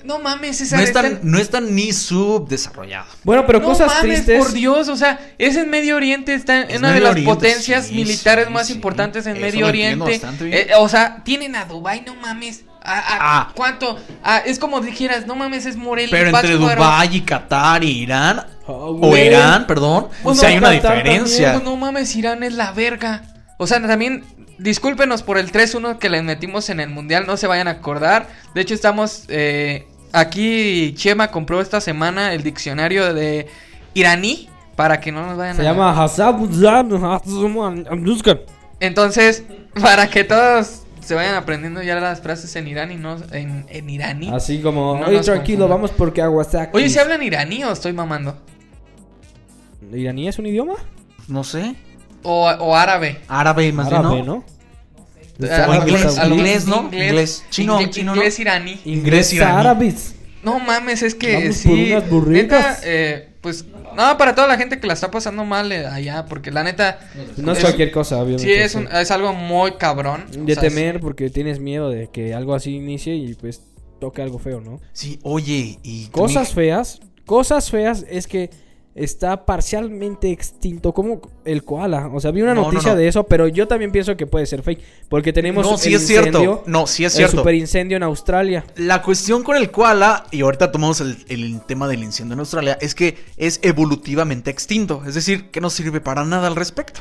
E: No mames, esa
A: No están, no están ni subdesarrollado.
D: Bueno, pero
E: no
D: cosas
E: mames,
D: tristes.
E: por Dios, o sea, es en Medio Oriente, está
A: Es
E: en una de
A: Medio
E: las
A: Oriente,
E: potencias
A: sí,
E: militares
A: sí,
E: más
A: sí.
E: importantes en
A: Eso
E: Medio
A: lo entiendo
E: Oriente.
A: bastante bien.
E: Eh, o sea, tienen a Dubai, no mames. ¿A, a
A: Ah.
E: cuánto? Ah, es como dijeras, no mames, es Morelia.
A: Pero
E: y
A: entre
E: Pátzcuaro.
A: Dubái y Qatar y Irán,
D: Oh,
A: o
D: güey.
A: Irán, perdón,
D: Bueno,
A: si hay una
D: Qatar
A: diferencia.
E: Pues no mames, Irán es la verga. O sea, también, discúlpenos por el 3-1 que les metimos en el Mundial, no se vayan a acordar. De hecho, estamos eh, aquí, Chema compró esta semana el diccionario de iraní para que no nos vayan
D: Se
E: a...
D: llama Hassan Amduskan.
E: Entonces, <laughs> para que todos se vayan aprendiendo ya las frases en Irán y no en, en iraní.
D: Así como,
E: No
D: oye,
E: nos
D: tranquilo,
E: confundan.
D: vamos porque Aguasaki.
E: Oye, ¿se hablan iraní o estoy mamando?
D: ¿Iraní es un idioma?
A: No sé,
E: O, o árabe.
A: árabe más bien,
D: Árabe,
A: ¿no?
D: ¿no?
A: O
E: Árabe,
A: inglés,
E: algo-
A: inglés, ¿no? Inglés, chino,
E: inglés,
A: chino, ¿no?
E: inglés iraní.
A: Inglés iraní.
D: árabes.
E: No mames, es que
D: Vamos
E: sí.
D: por unas burritas.
E: Neta, eh, pues no, para toda la gente que la está pasando mal eh, allá, porque la neta
D: No es
E: Es-
D: cualquier cosa, obviamente.
E: sí es, un- es algo muy cabrón. o
D: De
E: sea, es-
D: temer porque tienes miedo de que algo así inicie y pues toque algo feo, ¿no?
A: Sí, oye, y
D: Cosas feas, cosas feas es que está parcialmente extinto como el koala. O sea, vi una
A: No, no,
D: noticia
A: no.
D: de eso, pero yo también pienso que puede ser fake. Porque tenemos
A: No,
D: el
A: sí es cierto.
D: incendio,
A: No, sí es
D: el
A: cierto.
D: superincendio en Australia.
A: La cuestión con el koala, y ahorita tomamos el, el tema del incendio en Australia, es que es evolutivamente extinto, es decir, que no sirve para nada al respecto.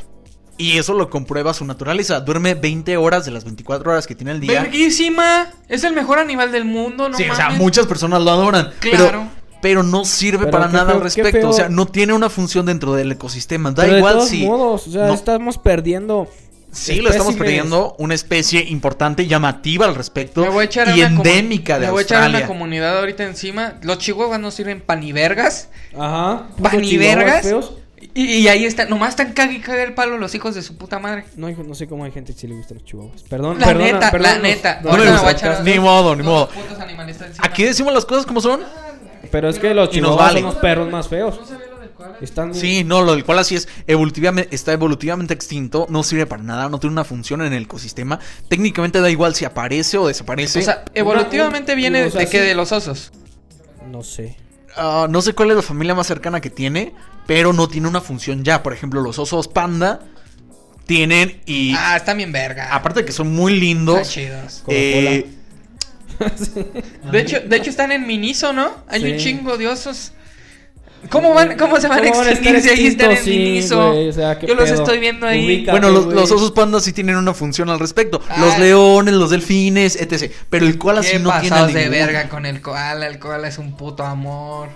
A: Y eso lo comprueba su naturaleza. Duerme 20 horas de las 24 horas que tiene el día.
E: Verguísima, es el mejor animal del mundo, no
A: sí, o sea,
E: mames.
A: muchas personas lo adoran.
E: Claro.
A: Pero, pero no sirve
D: Pero
A: para
D: qué
A: nada
D: feo-
A: al
D: qué
A: respecto. O sea,
D: feo.
A: no tiene una función dentro del ecosistema. Da
D: Pero de
A: igual
D: todos
A: si.
D: modos, o sea,
A: no-
D: estamos perdiendo.
A: Sí, lo estamos
D: espécimes.
A: perdiendo una especie importante, llamativa al respecto
E: Me voy a echar a
A: y
E: una comu-
A: endémica de
E: me voy a echar a una
A: Australia.
E: comunidad ahorita encima. Los chihuahuas no sirven pa' ni vergas.
D: Ajá.
E: Pa'
D: putos
E: ni
D: chihuahuas
E: vergas.
D: feos.
E: Y, y ahí están, nomás están cague y cague el palo los hijos de su puta madre.
D: No, hijo, no sé cómo hay gente que sí le gustan los chihuahuas. Perdón,
E: La
D: perdona,
E: neta,
D: perdón,
E: la
D: nos-
E: neta.
D: nos-
A: No me
E: Ahorita
A: gusta.
E: voy a echar a los
A: Ni
E: dos-
A: modo, ni
E: dos
A: modo. Ah,
E: putos animalistas encima.
A: Aquí decimos las cosas como son.
D: Pero es que los
A: Y nos
D: chihuahuas
A: vale.
D: son los perros más feos.
E: No sabía lo del koala.
D: Están
A: Sí, no, lo del cual así es, evolutivamente, está evolutivamente extinto, no sirve para nada, no tiene una función en el ecosistema. Técnicamente da igual si aparece o desaparece.
E: O sea, evolutivamente
D: Una- un-
E: viene
D: o sea,
E: de que
D: sí.
E: de los osos.
D: No sé.
A: Ah, no sé cuál es la familia más cercana que tiene, pero no tiene una función ya. Por ejemplo, los osos panda tienen y
E: Ah, están bien verga.
A: aparte de que son muy
E: Están
A: lindos,
E: chidos.
A: eh,
E: De hecho, de hecho están en Miniso, ¿no? Hay un
D: Sí.
E: chingo de osos. ¿Cómo van, cómo se van a extinguir si ahí están en Miniso? Yo los estoy viendo ahí.
A: bueno, los, los osos pandas sí tienen una función al respecto. Los
E: Ay.
A: leones, los delfines, etc. Pero el cual así
E: Ah. Qué
A: no tiene
E: pasados de
A: ninguna.
E: verga con el koala, el koala es un puto amor.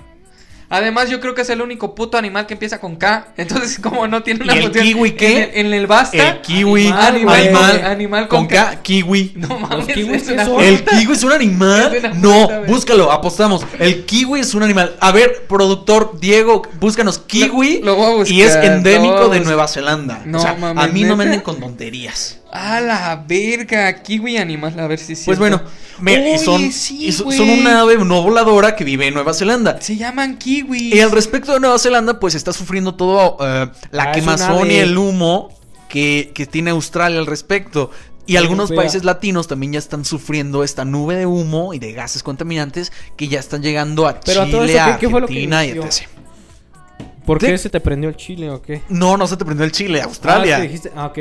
E: Además, yo creo que es el único puto animal que empieza con K. Entonces, <laughs> como no tiene
A: ¿Y
E: una
A: el
E: función.
A: kiwi qué?
E: En el, en el basta.
A: El kiwi,
E: Animal,
A: animal,
E: animal, animal con
A: con K, kiwi.
E: No mames,
D: kiwis
E: es
D: qué
E: una
D: son?
E: puta-
A: ¿El kiwi es un
E: <laughs> Es una
A: animal?
E: puta
A: No,
E: verga.
A: búscalo, apostamos. El kiwi es un animal. A ver, productor Diego, búscanos kiwi
E: Lo- lo voy a buscar,
A: y es
E: lo voy a
A: endémico de
E: buscar.
A: Nueva Zelanda.
E: No
A: o sea,
E: mames,
A: a mí no me
E: ¿neta?
A: anden con tonterías.
E: A la verga, kiwi animal, a ver si es
A: Pues
E: cierto.
A: bueno, mira, y
E: Oye,
A: son,
E: sí,
A: y so-
E: güey.
A: son una ave no voladora que vive en Nueva Zelanda.
E: Se llaman kiwis.
A: Y al respecto de Nueva Zelanda, pues está sufriendo todo eh, la
D: Ah, es
A: quemazón
D: una
A: y
D: de-
A: el humo que, que tiene Australia al respecto. Y
D: Europea.
A: algunos países latinos también ya están sufriendo esta nube de humo y de gases contaminantes que ya están llegando a
D: Pero a todo
A: Chile,
D: eso,
A: a
D: ¿qué- qué fue lo que
A: Argentina y
D: inició?
A: etc.
D: ¿Por qué
A: Sí.
D: se te prendió el chile o qué?
A: No, no se te prendió el Chile,
D: Ah, es
A: Australia.
D: que dijiste- ah, ok.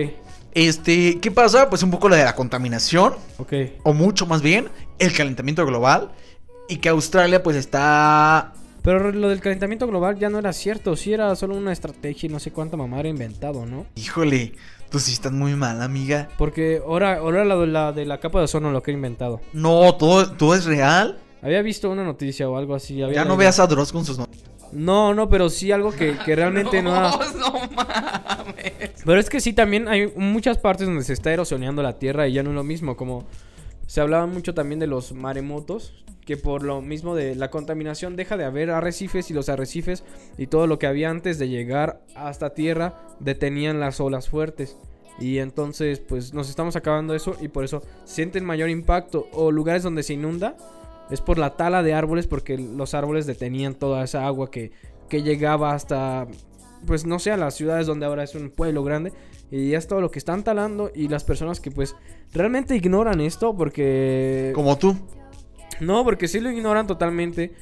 A: Este, ¿qué pasa? Pues un poco la de la contaminación,
D: Ok.
A: o mucho más bien, el calentamiento global. Y que Australia pues está
D: Pero lo del calentamiento global ya no era cierto. Sí era solo una estrategia y no sé cuánta mamá era inventado, ¿no?
A: Híjole, tú sí estás muy mal, amiga.
D: Porque ahora, ahora la, de la de la capa de ozono lo que he inventado.
A: No, todo, todo es real.
D: Había visto una noticia o algo así. había
A: Ya no
D: leído.
A: veas a Dross con sus no-
D: No, no, pero sí algo que, que
E: <laughs>
D: realmente no, ha-
E: No mames.
D: Pero es que sí, también hay muchas partes donde se está erosioneando la tierra y ya no es lo mismo. Como se hablaba mucho también de los maremotos, que por lo mismo de la contaminación deja de haber arrecifes y los arrecifes y todo lo que había antes de llegar hasta tierra detenían las olas fuertes. Y entonces, pues nos estamos acabando eso y por eso sienten mayor impacto. O lugares donde se inunda es por la tala de árboles, porque los árboles detenían toda esa agua que, que llegaba hasta pues no sé, a las ciudades donde ahora es un pueblo grande y ya es todo lo que están talando y las personas que pues realmente ignoran esto porque
A: Como tú.
D: no, porque sí lo ignoran totalmente.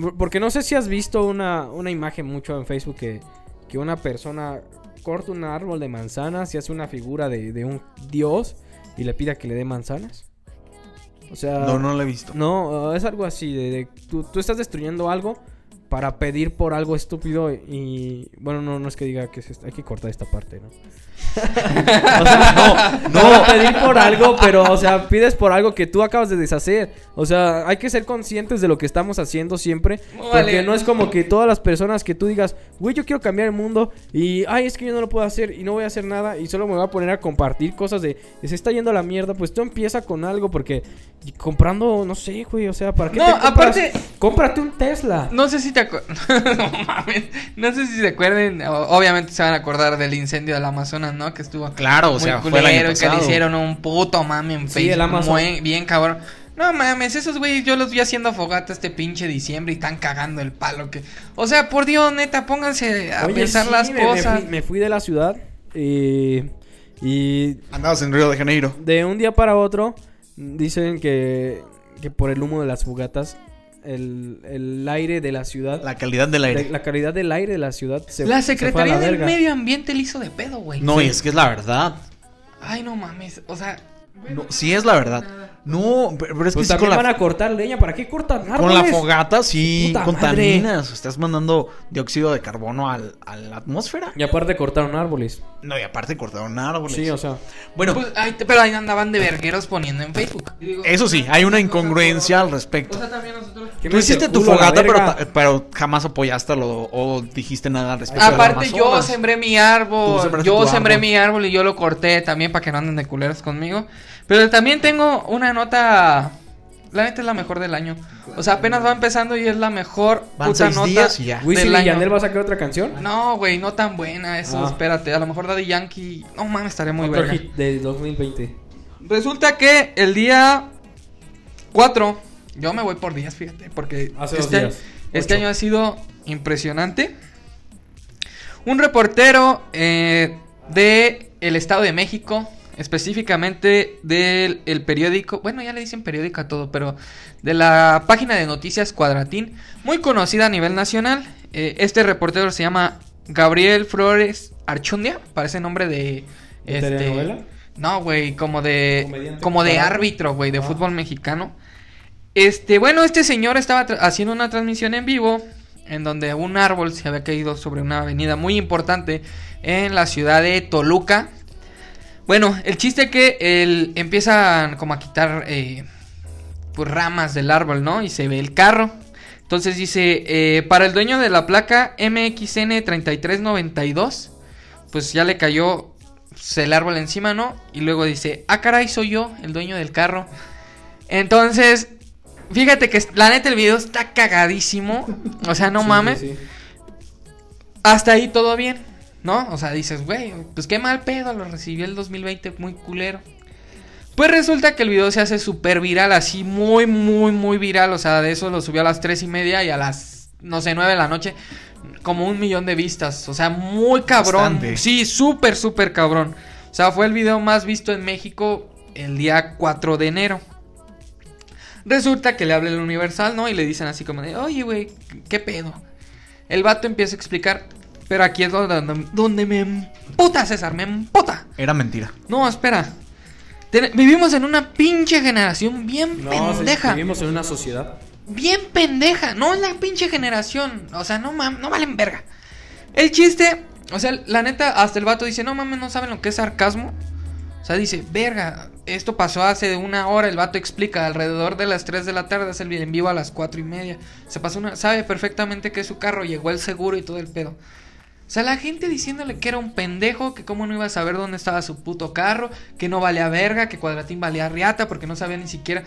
D: Por- Porque no sé si has visto una, una imagen mucho en Facebook que, que una persona corta un árbol de manzanas y hace una figura de, de un dios y le pida que le dé manzanas. O sea,
A: No, no la he visto.
D: no, es algo así, de, de- tú, tú estás destruyendo algo para pedir por algo estúpido y... Bueno, no, no es que diga que es est- hay que cortar esta parte, ¿no? <laughs> o sea, no, no, pedir por algo, pero, o sea, pides por algo que tú acabas de deshacer. O sea, hay que ser conscientes de lo que estamos haciendo siempre. Porque
E: Vale.
D: no es como que todas las personas que tú digas, güey, yo quiero cambiar el mundo y, ay, es que yo no lo puedo hacer y no voy a hacer nada y solo me voy a poner a compartir cosas de, se está yendo a la mierda, pues tú empieza con algo porque y comprando, no sé, güey, o sea, ¿para qué
E: No,
D: te compras?
E: aparte-
D: Cómprate un Tesla.
E: No sé si te acuer- <laughs> no, mames. No sé si se acuerden. o- Obviamente se van a acordar del incendio del Amazonas, ¿no? Que estuvo.
A: Claro, o
E: muy
A: sea, fue el año
E: culero y que le
A: pasado.
E: hicieron un puto mame en
D: Sí,
E: Facebook.
D: el Amazon.
E: muy- bien cabrón. No mames, esos güeyes yo los vi haciendo fogata este pinche diciembre y están cagando el palo que. O sea, por Dios, neta, pónganse a
D: Oye,
E: pensar
D: sí,
E: las
D: me- me
E: cosas.
D: fui- me fui de la ciudad eh, y
A: Andabas en Río de Janeiro.
D: De un día para otro, dicen que, que por el humo de las fogatas, el, el aire de la ciudad,
A: La calidad del
D: de-
A: aire.
D: la calidad del aire de la ciudad se
E: La
D: se fue a
E: Secretaría
D: la
E: del
D: verga.
E: Medio Ambiente le hizo de pedo, güey.
A: No,
E: Sí.
A: y es que es la verdad.
E: Ay, no mames. O sea,
A: No, sí es la verdad. No, pero pero es que
D: Pues
A: sí con
D: también
A: la
D: van a cortar leña, ¿para qué cortan árboles?
A: Con la fogata sí
D: Puta
A: contaminas, estás mandando dióxido de carbono al- a la atmósfera.
D: Y aparte cortaron árboles.
A: No, y aparte cortaron árboles.
D: Sí, o sea.
A: bueno,
E: pues, ay, te- pero ahí andaban de vergueros poniendo en Facebook. Digo,
A: eso sí, hay una incongruencia al respecto.
E: O sea, también nosotros.
D: ¿qué
A: Tú
D: me
A: hiciste
D: dice el
A: tu
D: culo a la
A: fogata, pero,
D: verga?
A: ta- pero jamás apoyaste lo, o dijiste nada al respecto. de las
E: Aparte, yo
A: Amazonas.
E: sembré mi
A: Tú
E: árbol.
A: sembraste
E: Yo
A: tu
E: sembré
A: árbol.
E: mi árbol y yo lo corté también para que no anden de culeros conmigo. Pero también tengo una nota. La neta es la mejor del año. O sea, apenas va empezando y es la mejor
A: Van
E: puta
A: seis
E: nota.
A: días y ya.
D: Wisin
E: del
D: y
E: año.
D: Yandel va a sacar otra canción.
E: No, güey, no tan buena. Eso,
D: Ah.
E: espérate. A lo mejor Daddy Yankee. No mames, estaré muy
D: Otro
E: verga.
D: hit del 2020.
E: Resulta que el día 4, yo me voy por días, fíjate, porque
D: Hace dos
E: este,
D: días,
E: este
D: ocho.
E: año ha sido impresionante. Un reportero eh, de el Estado de México, específicamente del el periódico, bueno, ya le dicen periódico a todo, pero de la página de noticias Cuadratín, muy conocida a nivel nacional. Eh, este reportero se llama Gabriel Flores Archundia, parece nombre
D: ¿De
E: de... este,
D: telenovela?
E: no, güey, como de.
D: Comediante
E: Como de
D: comparado.
E: árbitro, güey, de
D: Ah.
E: fútbol mexicano. Este, bueno, este señor estaba tra- haciendo una transmisión en vivo en donde un árbol se había caído sobre una avenida muy importante en la ciudad de Toluca. Bueno, el chiste que él empiezan como a quitar eh, pues, ramas del árbol, ¿no? Y se ve el carro. Entonces dice, eh, para el dueño de la placa MXN3392, pues ya le cayó pues, el árbol encima, ¿no? Y luego dice, ah, caray, soy yo, el dueño del carro. Entonces, fíjate que la neta el video está cagadísimo. O sea, no
D: Sí,
E: mames.
D: sí, sí.
E: Hasta ahí todo bien, ¿no? O sea, dices, güey, pues qué mal pedo, lo recibió el 2020 muy culero. Pues resulta que el video se hace súper viral, así muy, muy, muy viral. O sea, de eso lo subió a las 3 y media y a las, no sé, 9 de la noche, como un millón de vistas. O sea, muy cabrón.
A: Bastante.
E: Sí, súper, súper cabrón. O sea, fue el video más visto en México el día 4 de enero. Resulta que le habla el Universal, ¿no? Y le dicen así como de, oye, güey, ¿qué pedo? El vato empieza a explicar, pero aquí es donde, donde me emputa, César, me emputa.
A: Era mentira.
E: No, espera. Ten- vivimos en una pinche generación bien
D: No, sí,
E: pendeja.
D: vivimos en una sociedad.
E: Bien pendeja. No es la pinche generación. O sea, no mam, no valen verga. El chiste, o sea, la neta, hasta el vato dice, no mames, no saben lo que es sarcasmo. O sea, dice, verga, esto pasó hace una hora, el vato explica, alrededor de las 3 de la tarde, es el en vivo a las 4 y media. Se pasó una, sabe perfectamente que es su carro, llegó el seguro y todo el pedo. O sea, la gente diciéndole que era un pendejo, que cómo no iba a saber dónde estaba su puto carro, que no valía verga, que Cuadratín valía riata, porque no sabía ni siquiera.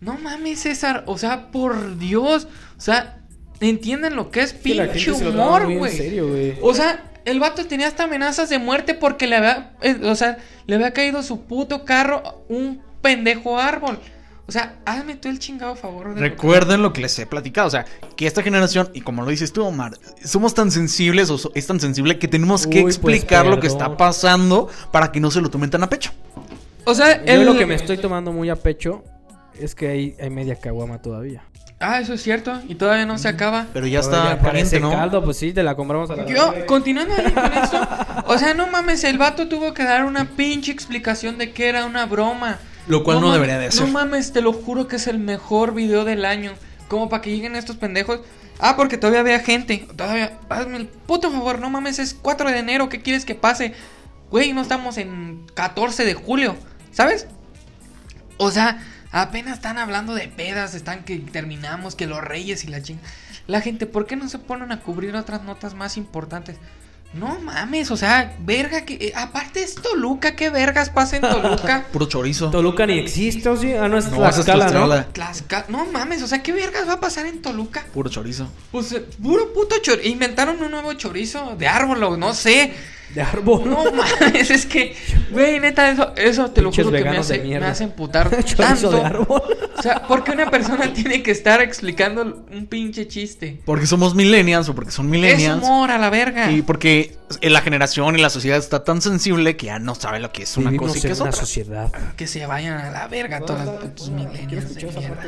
E: No mames, César, o sea, por Dios, o sea, entienden lo que es
D: Que la
E: pinche
D: gente se lo toma
E: humor,
D: muy en
E: güey.
D: serio, güey.
E: O sea, el vato tenía hasta amenazas de muerte porque le había, eh, o sea, le había caído su puto carro a un pendejo árbol. O sea, hazme tú el chingado favor de
A: Recuerden lo que les he platicado, o sea, que esta generación, y como lo dices tú, Omar, somos tan sensibles o so- es tan sensible que tenemos que
D: Uy, pues,
A: explicar lo que
D: perdón.
A: está pasando para que no se lo tomen tan a pecho.
E: O sea,
D: Yo
E: el-
D: lo que me estoy tomando muy a pecho es que hay, hay media caguama todavía.
E: Ah, eso es cierto y todavía no se acaba.
A: Pero ya
D: Pero
A: está
D: parece
A: caliente, ¿no?
D: caldo, pues sí, te la compramos a la
E: Yo, continuando ahí con esto, o sea, no mames, el vato tuvo que dar una pinche explicación de que era una broma.
A: Lo cual no,
E: mames,
A: debería de ser.
E: No mames, te lo juro que es el mejor video del año. Como para que lleguen estos pendejos. Ah, porque todavía había gente. Todavía. Hazme el puto favor, no mames, es 4 de enero. ¿Qué quieres que pase? Güey, no estamos en 14 de julio. ¿Sabes? O sea, apenas están hablando de pedas. Están que terminamos, que los reyes y la ching. La gente, ¿por qué no se ponen a cubrir otras notas más importantes? No mames, o sea, verga que. eh, aparte es Toluca, ¿qué vergas pasa
A: <laughs>
E: en Toluca?
A: Puro chorizo.
D: Toluca ni existe, ¿o sí? Ah, no, es
A: No, esa es
D: Tlaxcala, ¿no?
A: Tlaxcala.
E: Tlaxca- No mames, o sea, ¿qué vergas va a pasar en Toluca?
A: Puro chorizo.
E: Pues eh, puro puto chorizo. Inventaron un nuevo chorizo de árbol, o no sé.
D: De árbol. <laughs>
E: <laughs> No mames, es que, güey, neta, eso, eso te lo
D: Pinches
E: juro que me
D: veganos
E: hace,
D: de mierda.
E: me hace
D: <laughs>
E: emputar
D: Chorizo de
E: tanto.
D: árbol.
E: O sea, ¿por qué una persona <laughs> tiene que estar explicando un pinche chiste?
A: Porque somos millennials o porque son
E: Es
A: millennials.
E: humor a la verga.
A: Y porque la generación y la sociedad está tan sensible que ya no sabe lo que es una
D: Vivimos
A: cosa y
D: en
A: que es
D: una
A: otra.
D: sociedad.
E: Que se vayan a la verga todas las putas milenias de mierda.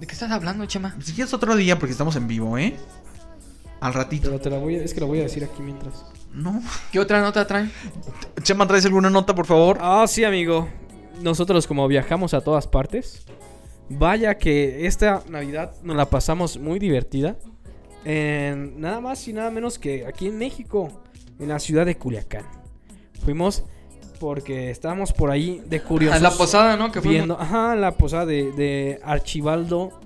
E: ¿De qué estás hablando, Chema?
A: Si quieres otro día, porque estamos en vivo, ¿eh? Al ratito.
D: Pero te la voy a- es que la voy a decir aquí mientras.
A: No. <laughs>
E: ¿Qué otra nota traen?
A: Chema, ¿traes alguna nota, por favor?
D: Ah, sí, amigo. Nosotros como viajamos a todas partes, vaya que esta Navidad nos la pasamos muy divertida. En- nada más y nada menos que aquí en México, en la ciudad de Culiacán. Fuimos porque estábamos por ahí
A: Ah,
D: de
E: A
D: curiosos.
E: la posada, ¿no? Que fue
D: viendo, ajá, la posada de, de Archibaldo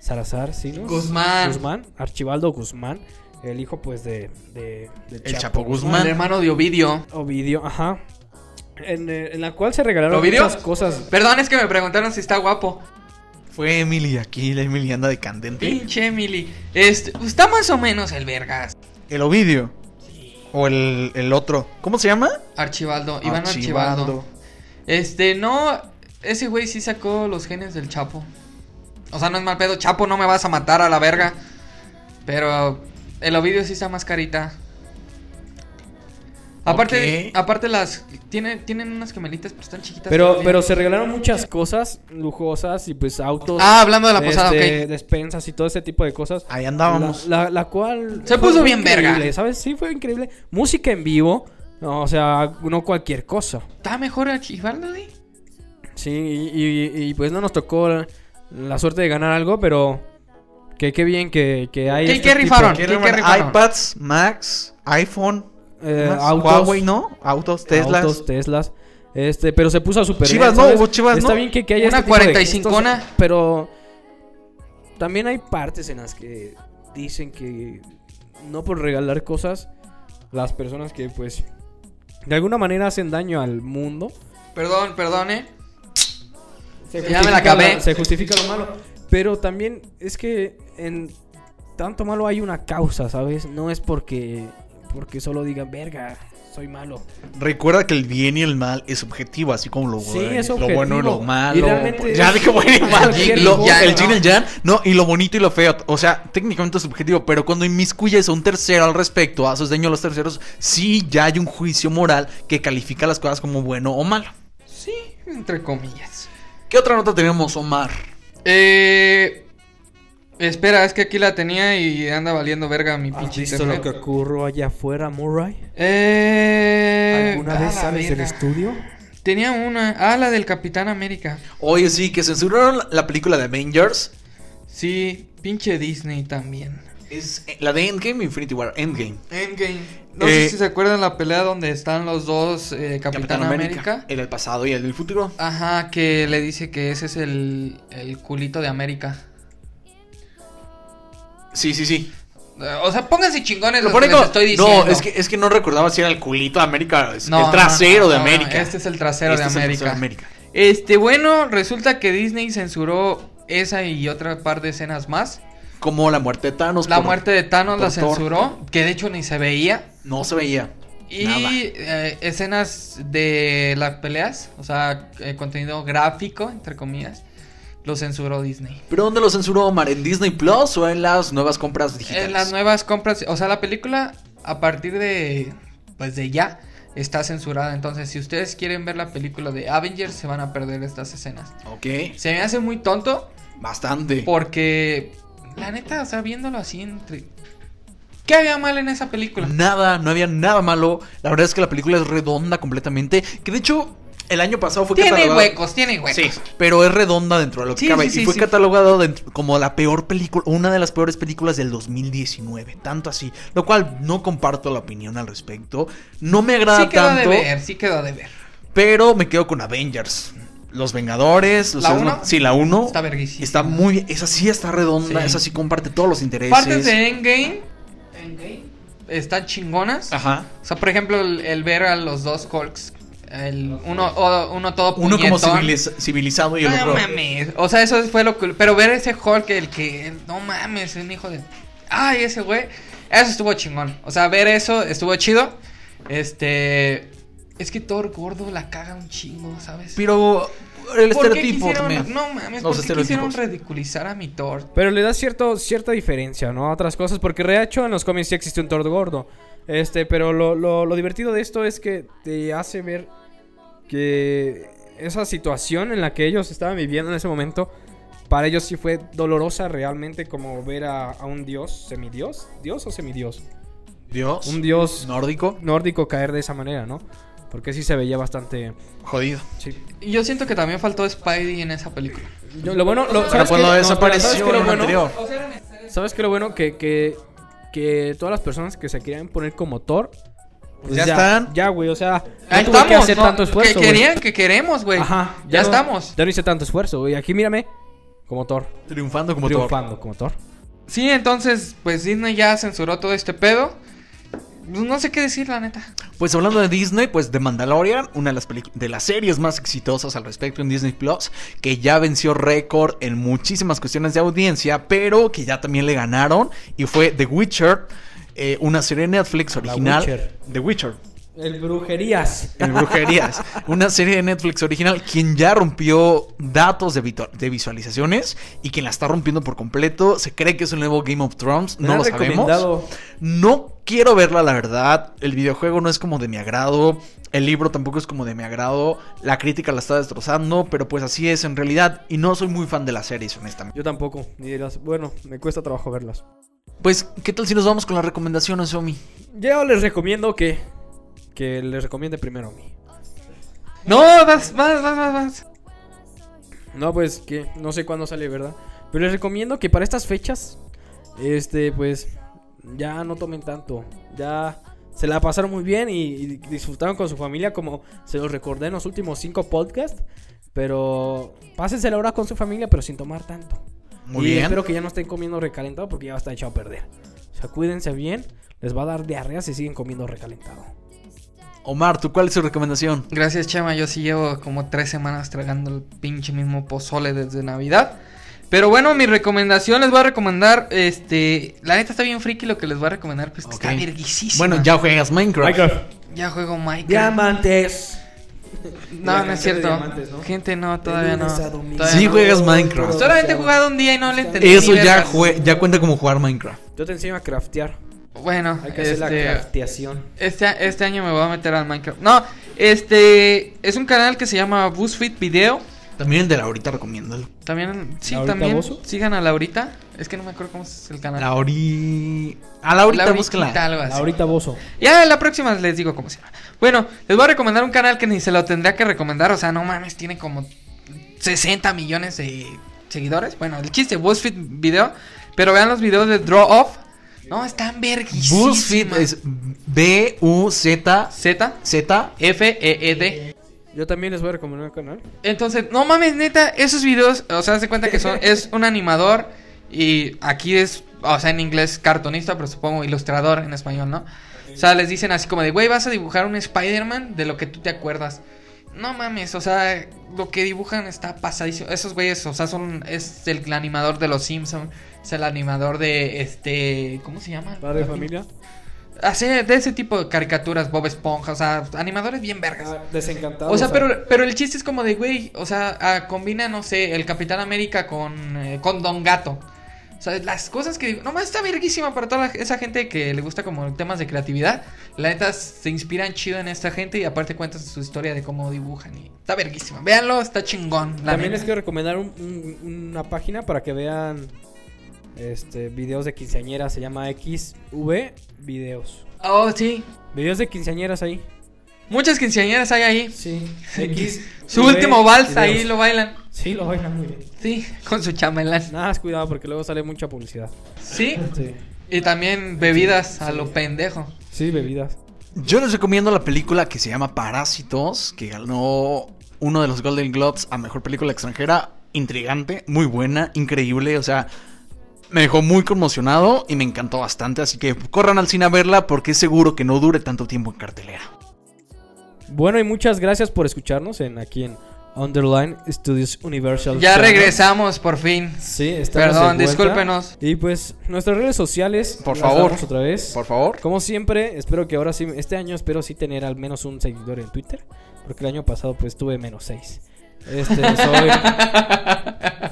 D: Salazar, ¿sí? no?
E: Guzmán.
D: Guzmán, Archibaldo Guzmán, el hijo pues de, de- del
A: El Chapo Guzmán.
E: el hermano de Ovidio.
D: Ovidio, ajá. En, eh, en la cual se regalaron
E: ¿Ovidio?
D: muchas cosas.
E: Perdón, es que me preguntaron si está guapo.
A: Fue Emily aquí, la Emily anda de candente.
E: Pinche Emily. Este, está más o menos el vergas.
A: El Ovidio. O el, el otro. ¿Cómo se llama? Ah,
E: Archibaldo, Iván
A: Archibaldo.
E: Archibaldo. Este, no, ese güey sí sacó los genes del Chapo. O sea, no es mal pedo, Chapo, no me vas a matar a la verga. Pero el Ovidio sí está más carita. Aparte,
A: Ok.
E: aparte las tiene, tienen unas gemelitas, pero están chiquitas.
D: Pero,
E: todavía.
D: pero se regalaron muchas cosas lujosas y pues autos.
E: Ah, hablando de la posada,
D: este,
E: ok.
D: Despensas y todo ese tipo de cosas.
A: Ahí andábamos.
D: La, la- la cual.
E: Se
D: fue
E: puso bien
D: increíble,
E: verga.
D: ¿Sabes? Sí, fue increíble. Música en vivo. O sea, no cualquier cosa.
E: ¿Está mejor Archibaldo, güey?
D: Sí, y, y- y, pues no nos tocó la, la suerte de ganar algo, pero. Que qué bien que, que hay.
E: ¿Qué-
D: este
E: qué
D: tipo-
E: rifaron? ¿Qué
A: Quiero ver
E: rifaron?
A: iPads, Macs, iPhone,
D: eh,
A: más.
D: autos,
A: Huawei, ¿no? Autos, Teslas.
D: Autos, Teslas. Este, pero se puso a super
A: Chivas no, hubo Chivas
D: Está
A: no.
D: bien que, que haya
E: Una
D: este tipo de
E: 45ona.
D: gustos, pero también hay partes en las que dicen que no por regalar cosas las personas que pues de alguna manera hacen daño al mundo.
E: Perdón, perdón, eh.
D: Se
E: Ya me
D: justifica
E: la acabé.
D: se justifica lo malo, pero también es que en tanto malo hay una causa, ¿sabes? No es porque porque solo digan, "Verga, soy malo."
A: Recuerda que el bien y el mal es subjetivo, así como lo,
D: Sí,
A: bueno-
D: es
A: lo bueno y lo
D: objetivo.
A: malo.
D: Y realmente-
A: ya dije bueno y
D: <laughs>
A: mal.
D: Cualquier
A: Lo-
E: cosa,
A: el
E: ¿no?
A: yin y el yang, no, y lo bonito y lo feo. O sea, técnicamente es subjetivo, pero cuando inmiscuyes a un tercero al respecto, haces daño a los terceros, sí ya hay un juicio moral que califica las cosas como bueno o malo.
E: Sí, entre comillas.
A: ¿Qué otra nota tenemos, Omar?
E: Eh. Espera, es que aquí la tenía y anda valiendo verga mi
D: ¿Has
E: pinche
D: visto lo
E: internet.
D: que ocurrió allá afuera, Murray?
E: Eh.
D: ¿Alguna
E: a
D: vez
E: la
D: sales del
E: verga.
D: estudio?
E: Tenía una. Ah, la del Capitán América.
A: Oye, sí, que censuraron la película de Avengers.
E: Sí, pinche Disney también.
A: Es eh, la de Endgame, Infinity War, Endgame.
E: Endgame. No
A: Eh,
E: sé si se acuerdan la pelea donde están los dos eh, Capitán, América.
A: El del pasado y el del futuro.
E: Ajá, que le dice que ese es el, el culito de América.
A: Sí, sí, sí.
E: Eh, O sea, pónganse chingones
A: Lo
E: lo
A: pone
E: que les
A: como-
E: estoy diciendo.
A: no, es que, es que no recordaba si era el culito de América, es
E: No,
A: el trasero
E: no,
A: de
E: no, no,
A: América.
E: este es el trasero
A: Este
E: de
A: es el
E: América.
A: trasero de América.
E: Este, bueno, resulta que Disney censuró esa y otra par de escenas más.
A: Como la muerte de Thanos.
E: La
A: por-
E: muerte de Thanos la
A: por Thor.
E: censuró, que de hecho ni se veía.
A: No se veía.
E: Y
A: Nada.
E: eh, escenas de las peleas, o sea, eh, contenido gráfico, entre comillas, lo censuró Disney.
A: ¿Pero dónde lo censuró Omar? ¿En Disney Plus o en las nuevas compras digitales?
E: En las nuevas compras, o sea, la película a partir de, pues de ya, está censurada. Entonces, si ustedes quieren ver la película de Avengers, se van a perder estas escenas.
A: Ok,
E: Se me hace muy tonto
A: bastante.
E: porque, la neta, o sea, viéndolo así entre... ¿Qué había mal en esa película?
A: Nada, no había nada malo. La verdad es que la película es redonda completamente. Que de hecho, el año pasado fue
E: Tiene
A: catalogada-
E: huecos, tiene huecos.
A: Sí, pero es redonda dentro de lo que
E: Sí,
A: cabe.
E: sí, sí,
A: y fue
E: sí.
A: catalogado dentro- como la peor película, una de las peores películas del 2019. Tanto así. Lo cual no comparto la opinión al respecto. No me agrada
E: Sí quedó
A: tanto.
E: de ver, sí quedó de ver.
A: Pero me quedo con Avengers. Los Vengadores. los
E: ¿La
A: Seres-
E: uno?
A: Sí, la 1.
E: Está verguísima.
A: Está muy bien. Esa sí está redonda.
E: Sí.
A: Esa sí comparte todos los intereses.
E: Partes de Endgame están chingonas.
A: Ajá.
E: O sea, por ejemplo, el, el ver a los dos Hulks. El uno, o- uno todo
A: Uno como
E: puñetón.
A: civiliz- civilizado y el
E: No
A: otro.
E: mames. O sea, eso fue lo cool. Pero ver ese Hulk, el que. No mames, es un hijo de. Ay, ese güey. Eso estuvo chingón. O sea, ver eso estuvo chido. Este. Es que Thor gordo la caga un chingo, ¿sabes?
A: Pero el
E: ¿Por qué
A: estereotipo
E: quisieron-
A: también.
E: No
A: Los
E: mames, ¿por qué quisieron
A: estereotipos.
E: ridiculizar a mi Thor?
D: Pero le da cierto, cierta diferencia, ¿no? A otras cosas, porque Reacho en los cómics sí existe un tordo gordo. Este, pero lo, lo- lo divertido de esto es que te hace ver que esa situación en la que ellos estaban viviendo en ese momento, para ellos sí fue dolorosa realmente como ver a, a un dios, semidios, dios o semidios,
A: Dios.
D: un dios
A: Nórdico.
D: nórdico caer de esa manera, ¿no? Porque sí se veía bastante...
A: Jodido.
D: sí.
E: Y Yo siento que también faltó Spidey en esa película.
D: Yo- lo bueno, lo,
A: Pero
D: ¿sabes
A: cuando
D: qué? No, espera, ¿sabes
A: desapareció
D: qué
A: en
D: lo
A: el
D: bueno?
A: anterior.
D: ¿Sabes qué lo bueno? Que, que, que todas las personas que se querían poner como Thor. pues
A: Ya están.
D: Ya, güey, o sea. No
E: Ahí
D: tuve
E: estamos.
D: que hacer
E: ¿no?
D: tanto esfuerzo.
E: que
D: güey.
E: querían, que queremos, güey.
D: Ajá.
E: Ya
D: no-
E: estamos.
D: Ya no hice tanto esfuerzo, güey. Aquí mírame. Como Thor.
A: Triunfando como todo.
D: triunfando como Thor.
E: Sí, entonces, pues Disney ya censuró todo este pedo. Pues, no sé qué decir, la neta.
A: Pues hablando de Disney, pues The Mandalorian, una de las, pelic- de las series más exitosas al respecto en Disney Plus, que ya venció récord en muchísimas cuestiones de audiencia, pero que ya también le ganaron, y fue The Witcher, eh, una serie de Netflix original.
D: Witcher.
A: The Witcher.
D: El brujerías.
A: El Brujerías. <laughs> Una serie de Netflix original, quien ya rompió datos de, vitu- de visualizaciones y quien la está rompiendo por completo. Se cree que es un nuevo Game of Thrones, no lo sabemos. No quiero verla, la verdad. El videojuego no es como de mi agrado. El libro tampoco es como de mi agrado. La crítica la está destrozando, pero pues así es en realidad. Y no soy muy fan de las series, honestamente.
D: Yo tampoco. Ni de las- Bueno, me cuesta trabajo verlas.
A: Pues, ¿qué tal si nos vamos con las recomendaciones, Omi?
D: Yo les recomiendo que. Que les recomiende primero a mí.
E: No, vas, vas, vas, vas, vas.
D: No, pues que no sé cuándo sale, ¿verdad? Pero les recomiendo que para estas fechas, este, pues, ya no tomen tanto. Ya se la pasaron muy bien y, y disfrutaron con su familia, como se los recordé en los últimos cinco podcasts. Pero pásensela ahora con su familia, pero sin tomar tanto.
A: Muy
D: y
A: bien.
D: espero que ya no estén comiendo recalentado porque ya va a estar echado a perder. O sea, cuídense bien, les va a dar diarrea si siguen comiendo recalentado.
A: Omar, ¿tú cuál es tu recomendación?
E: Gracias, Chema. Yo sí llevo como tres semanas tragando el pinche mismo pozole desde Navidad. Pero bueno, mi recomendación les voy a recomendar, este... La neta está bien friki lo que les voy a recomendar, pues que
A: Ok.
E: está verguísima.
A: Bueno, ya juegas Minecraft.
E: Ya juego Minecraft.
D: Diamantes.
E: No, no
D: Diamantes
E: es
D: de
E: cierto.
D: diamantes, ¿no?
E: Gente, no, todavía no.
D: lunes a domingo.
E: Todavía
A: Sí
E: no.
A: juegas Minecraft.
E: Solamente he jugado un día y no le entendí.
A: Eso
E: ni
A: ya,
E: vergas.
A: jue- ya cuenta como jugar Minecraft.
D: Yo te enseño a craftear.
E: Bueno,
D: Hay que hacer la
E: este,
D: crafteación.
E: este, este año me voy a meter al Minecraft. No, este es un canal que se llama BuzzFeed Video.
A: También el de la ahorita recomiéndalo.
E: También, sí,
D: ¿Laurita
E: también
D: Bozo?
E: sigan a Laurita. Es que no me acuerdo cómo es el canal.
A: La ori... A la ahorita,
E: Laurita,
A: búscala.
E: algo así.
D: Ahorita bozo.
E: Ya la próxima les digo cómo se llama. Bueno, les voy a recomendar un canal que ni se lo tendría que recomendar. O sea, no mames, tiene como 60 millones de seguidores. Bueno, el chiste, BuzzFeed Video. Pero vean los videos de Draw Off. No, están verguísimas.
A: BuzzFeed es B-U-Z-Z.
E: Z, F, E, E, D.
D: Yo también les voy a recomendar el canal.
E: Entonces, no mames, neta, esos videos, o sea, se cuenta que son, es un animador y aquí es, o sea, en inglés cartonista, pero supongo ilustrador en español, ¿no? O sea, les dicen así como de, güey, vas a dibujar un Spider-Man de lo que tú te acuerdas. No mames, o sea, lo que dibujan está pasadísimo. Esos güeyes, o sea, son, es el, animador de Los Simpsons, es el animador de, este, ¿cómo se llama?
D: Padre de familia.
E: Hace de ese tipo de caricaturas, Bob Esponja, o sea, animadores bien vergas.
D: Ah, Desencantado.
E: O sea, pero, pero el chiste es como de, güey, o sea, ah, combina, no sé, el Capitán América con, eh, con Don Gato. O sea, las cosas que digo, nomás está verguísima para toda la- esa gente que le gusta como temas de creatividad. La neta se inspiran chido en esta gente y aparte cuentan su historia de cómo dibujan y está verguísima. Véanlo, está chingón. La
D: También
E: neta.
D: les quiero recomendar un- un- una página para que vean Este, videos de quinceañera se llama XV Videos.
E: Oh, sí.
D: Videos de quinceañeras ahí.
E: Muchas quinceañeras hay ahí.
D: Sí. X.
E: Su último vals ahí lo bailan.
D: Sí, lo bailan muy bien.
E: Sí, con su chamelán.
D: Nada, más cuidado porque luego sale mucha publicidad.
E: Sí.
D: Sí.
E: Y también bebidas a lo pendejo.
D: Sí, bebidas.
A: Yo les recomiendo la película que se llama Parásitos, que ganó uno de los Golden Globes a mejor película extranjera. Intrigante, muy buena, increíble, o sea, me dejó muy conmocionado y me encantó bastante. Así que corran al cine a verla porque es seguro que no dure tanto tiempo en cartelera.
D: Bueno, y muchas gracias por escucharnos en aquí en Underline Studios Universal.
E: Ya
D: Channel.
E: regresamos por fin.
D: Sí, estamos
E: Perdón,
D: de vuelta.
E: discúlpenos.
D: Y pues nuestras redes sociales.
A: Por
D: las
A: favor.
D: damos otra vez.
A: Por favor.
D: Como siempre, espero que ahora sí, este año espero sí tener al menos un seguidor en Twitter, porque el año pasado pues tuve menos seis. Este,
A: <laughs>
D: soy,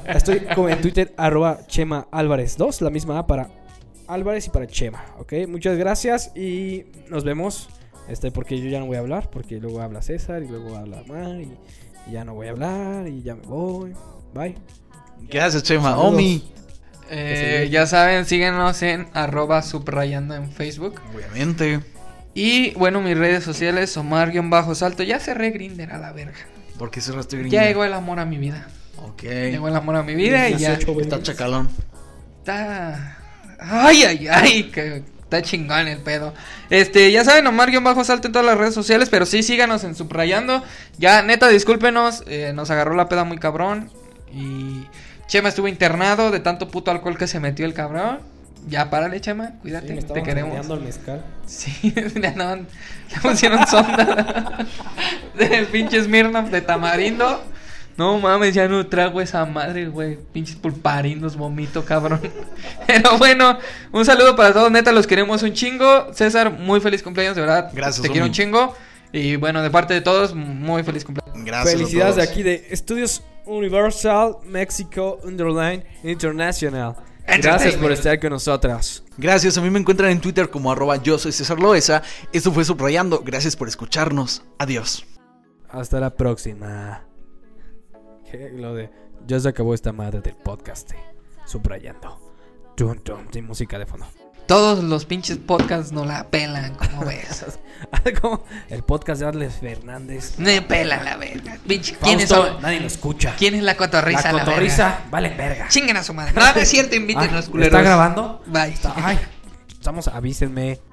D: estoy como en Twitter arroba Chema Álvarez 2, la misma A para Álvarez y para Chema, ¿ok? Muchas gracias y nos vemos, este, porque yo ya no voy a hablar, porque luego habla César y luego habla Mar y, y ya no voy a hablar y ya me voy, bye.
A: Gracias, Chema.
D: Saludos.
A: Omi.
E: Eh, ya saben, síguenos en arroba subrayando en Facebook.
A: Obviamente.
E: Y bueno, mis redes sociales, Omar-Salto. Ya cerré Grinder a la verga.
A: ¿Por qué cerraste gringo?
E: Ya llegó el amor a mi vida.
A: Ok.
E: Llegó el amor a mi vida y ya
D: 18
A: Está
D: veces.
A: chacalón.
E: está. Ay, ay, ay, que está chingón el pedo. Este, ya saben, Omar-Salto en todas las redes sociales, pero sí síganos en subrayando. Ya, neta, discúlpenos, eh, nos agarró la peda muy cabrón. Y Chema estuvo internado de tanto puto alcohol que se metió el cabrón. Ya, párale, Chema,
D: Sí,
E: cuídate,
D: me
E: te
D: estaban
E: queremos.
D: rodeando el mezcal.
E: Sí, <laughs> le andaban, le pusieron sonda <laughs> del pinche Smirnoff de tamarindo. No mames, ya no trago esa madre, güey. Pinches pulparindos, vomito, cabrón. <laughs> Pero bueno, un saludo para todos, neta, los queremos un chingo. César, muy feliz cumpleaños, de verdad.
A: Gracias,
E: Te quiero
A: Omi.
E: un chingo. Y bueno, de parte de todos, muy feliz cumpleaños.
A: Gracias. a
D: Felicidades de
A: todos.
D: aquí de Estudios Universal Mexico Underline International. Gracias
E: Entertainment.
D: por estar con nosotras.
A: Gracias. A mí me encuentran en Twitter como arroba yo soy César Loesa. Esto fue Subrayando. Gracias por escucharnos. Adiós.
D: Hasta la próxima. Que Lo de ya se acabó esta madre del podcast. eh. Subrayando. Tum, tum, sin música de fondo. <laughs>
E: Todos los pinches podcasts no la pelan, como
D: <laughs>
E: ves.
D: Como el podcast de Arles Fernández.
E: No me pela la verga. Pinche, ¿quién, es,
D: Fausto,
E: la-
D: nadie lo escucha.
E: ¿Quién es la cotorriza?
D: la
E: verga?
D: cotorriza vale verga.
E: Chinguen a su madre. No, no es cierto, invítenos,
D: Ay,
E: culeros.
D: ¿Está Ah, grabando?
E: Bye.
D: Está- ay, estamos, avísenme.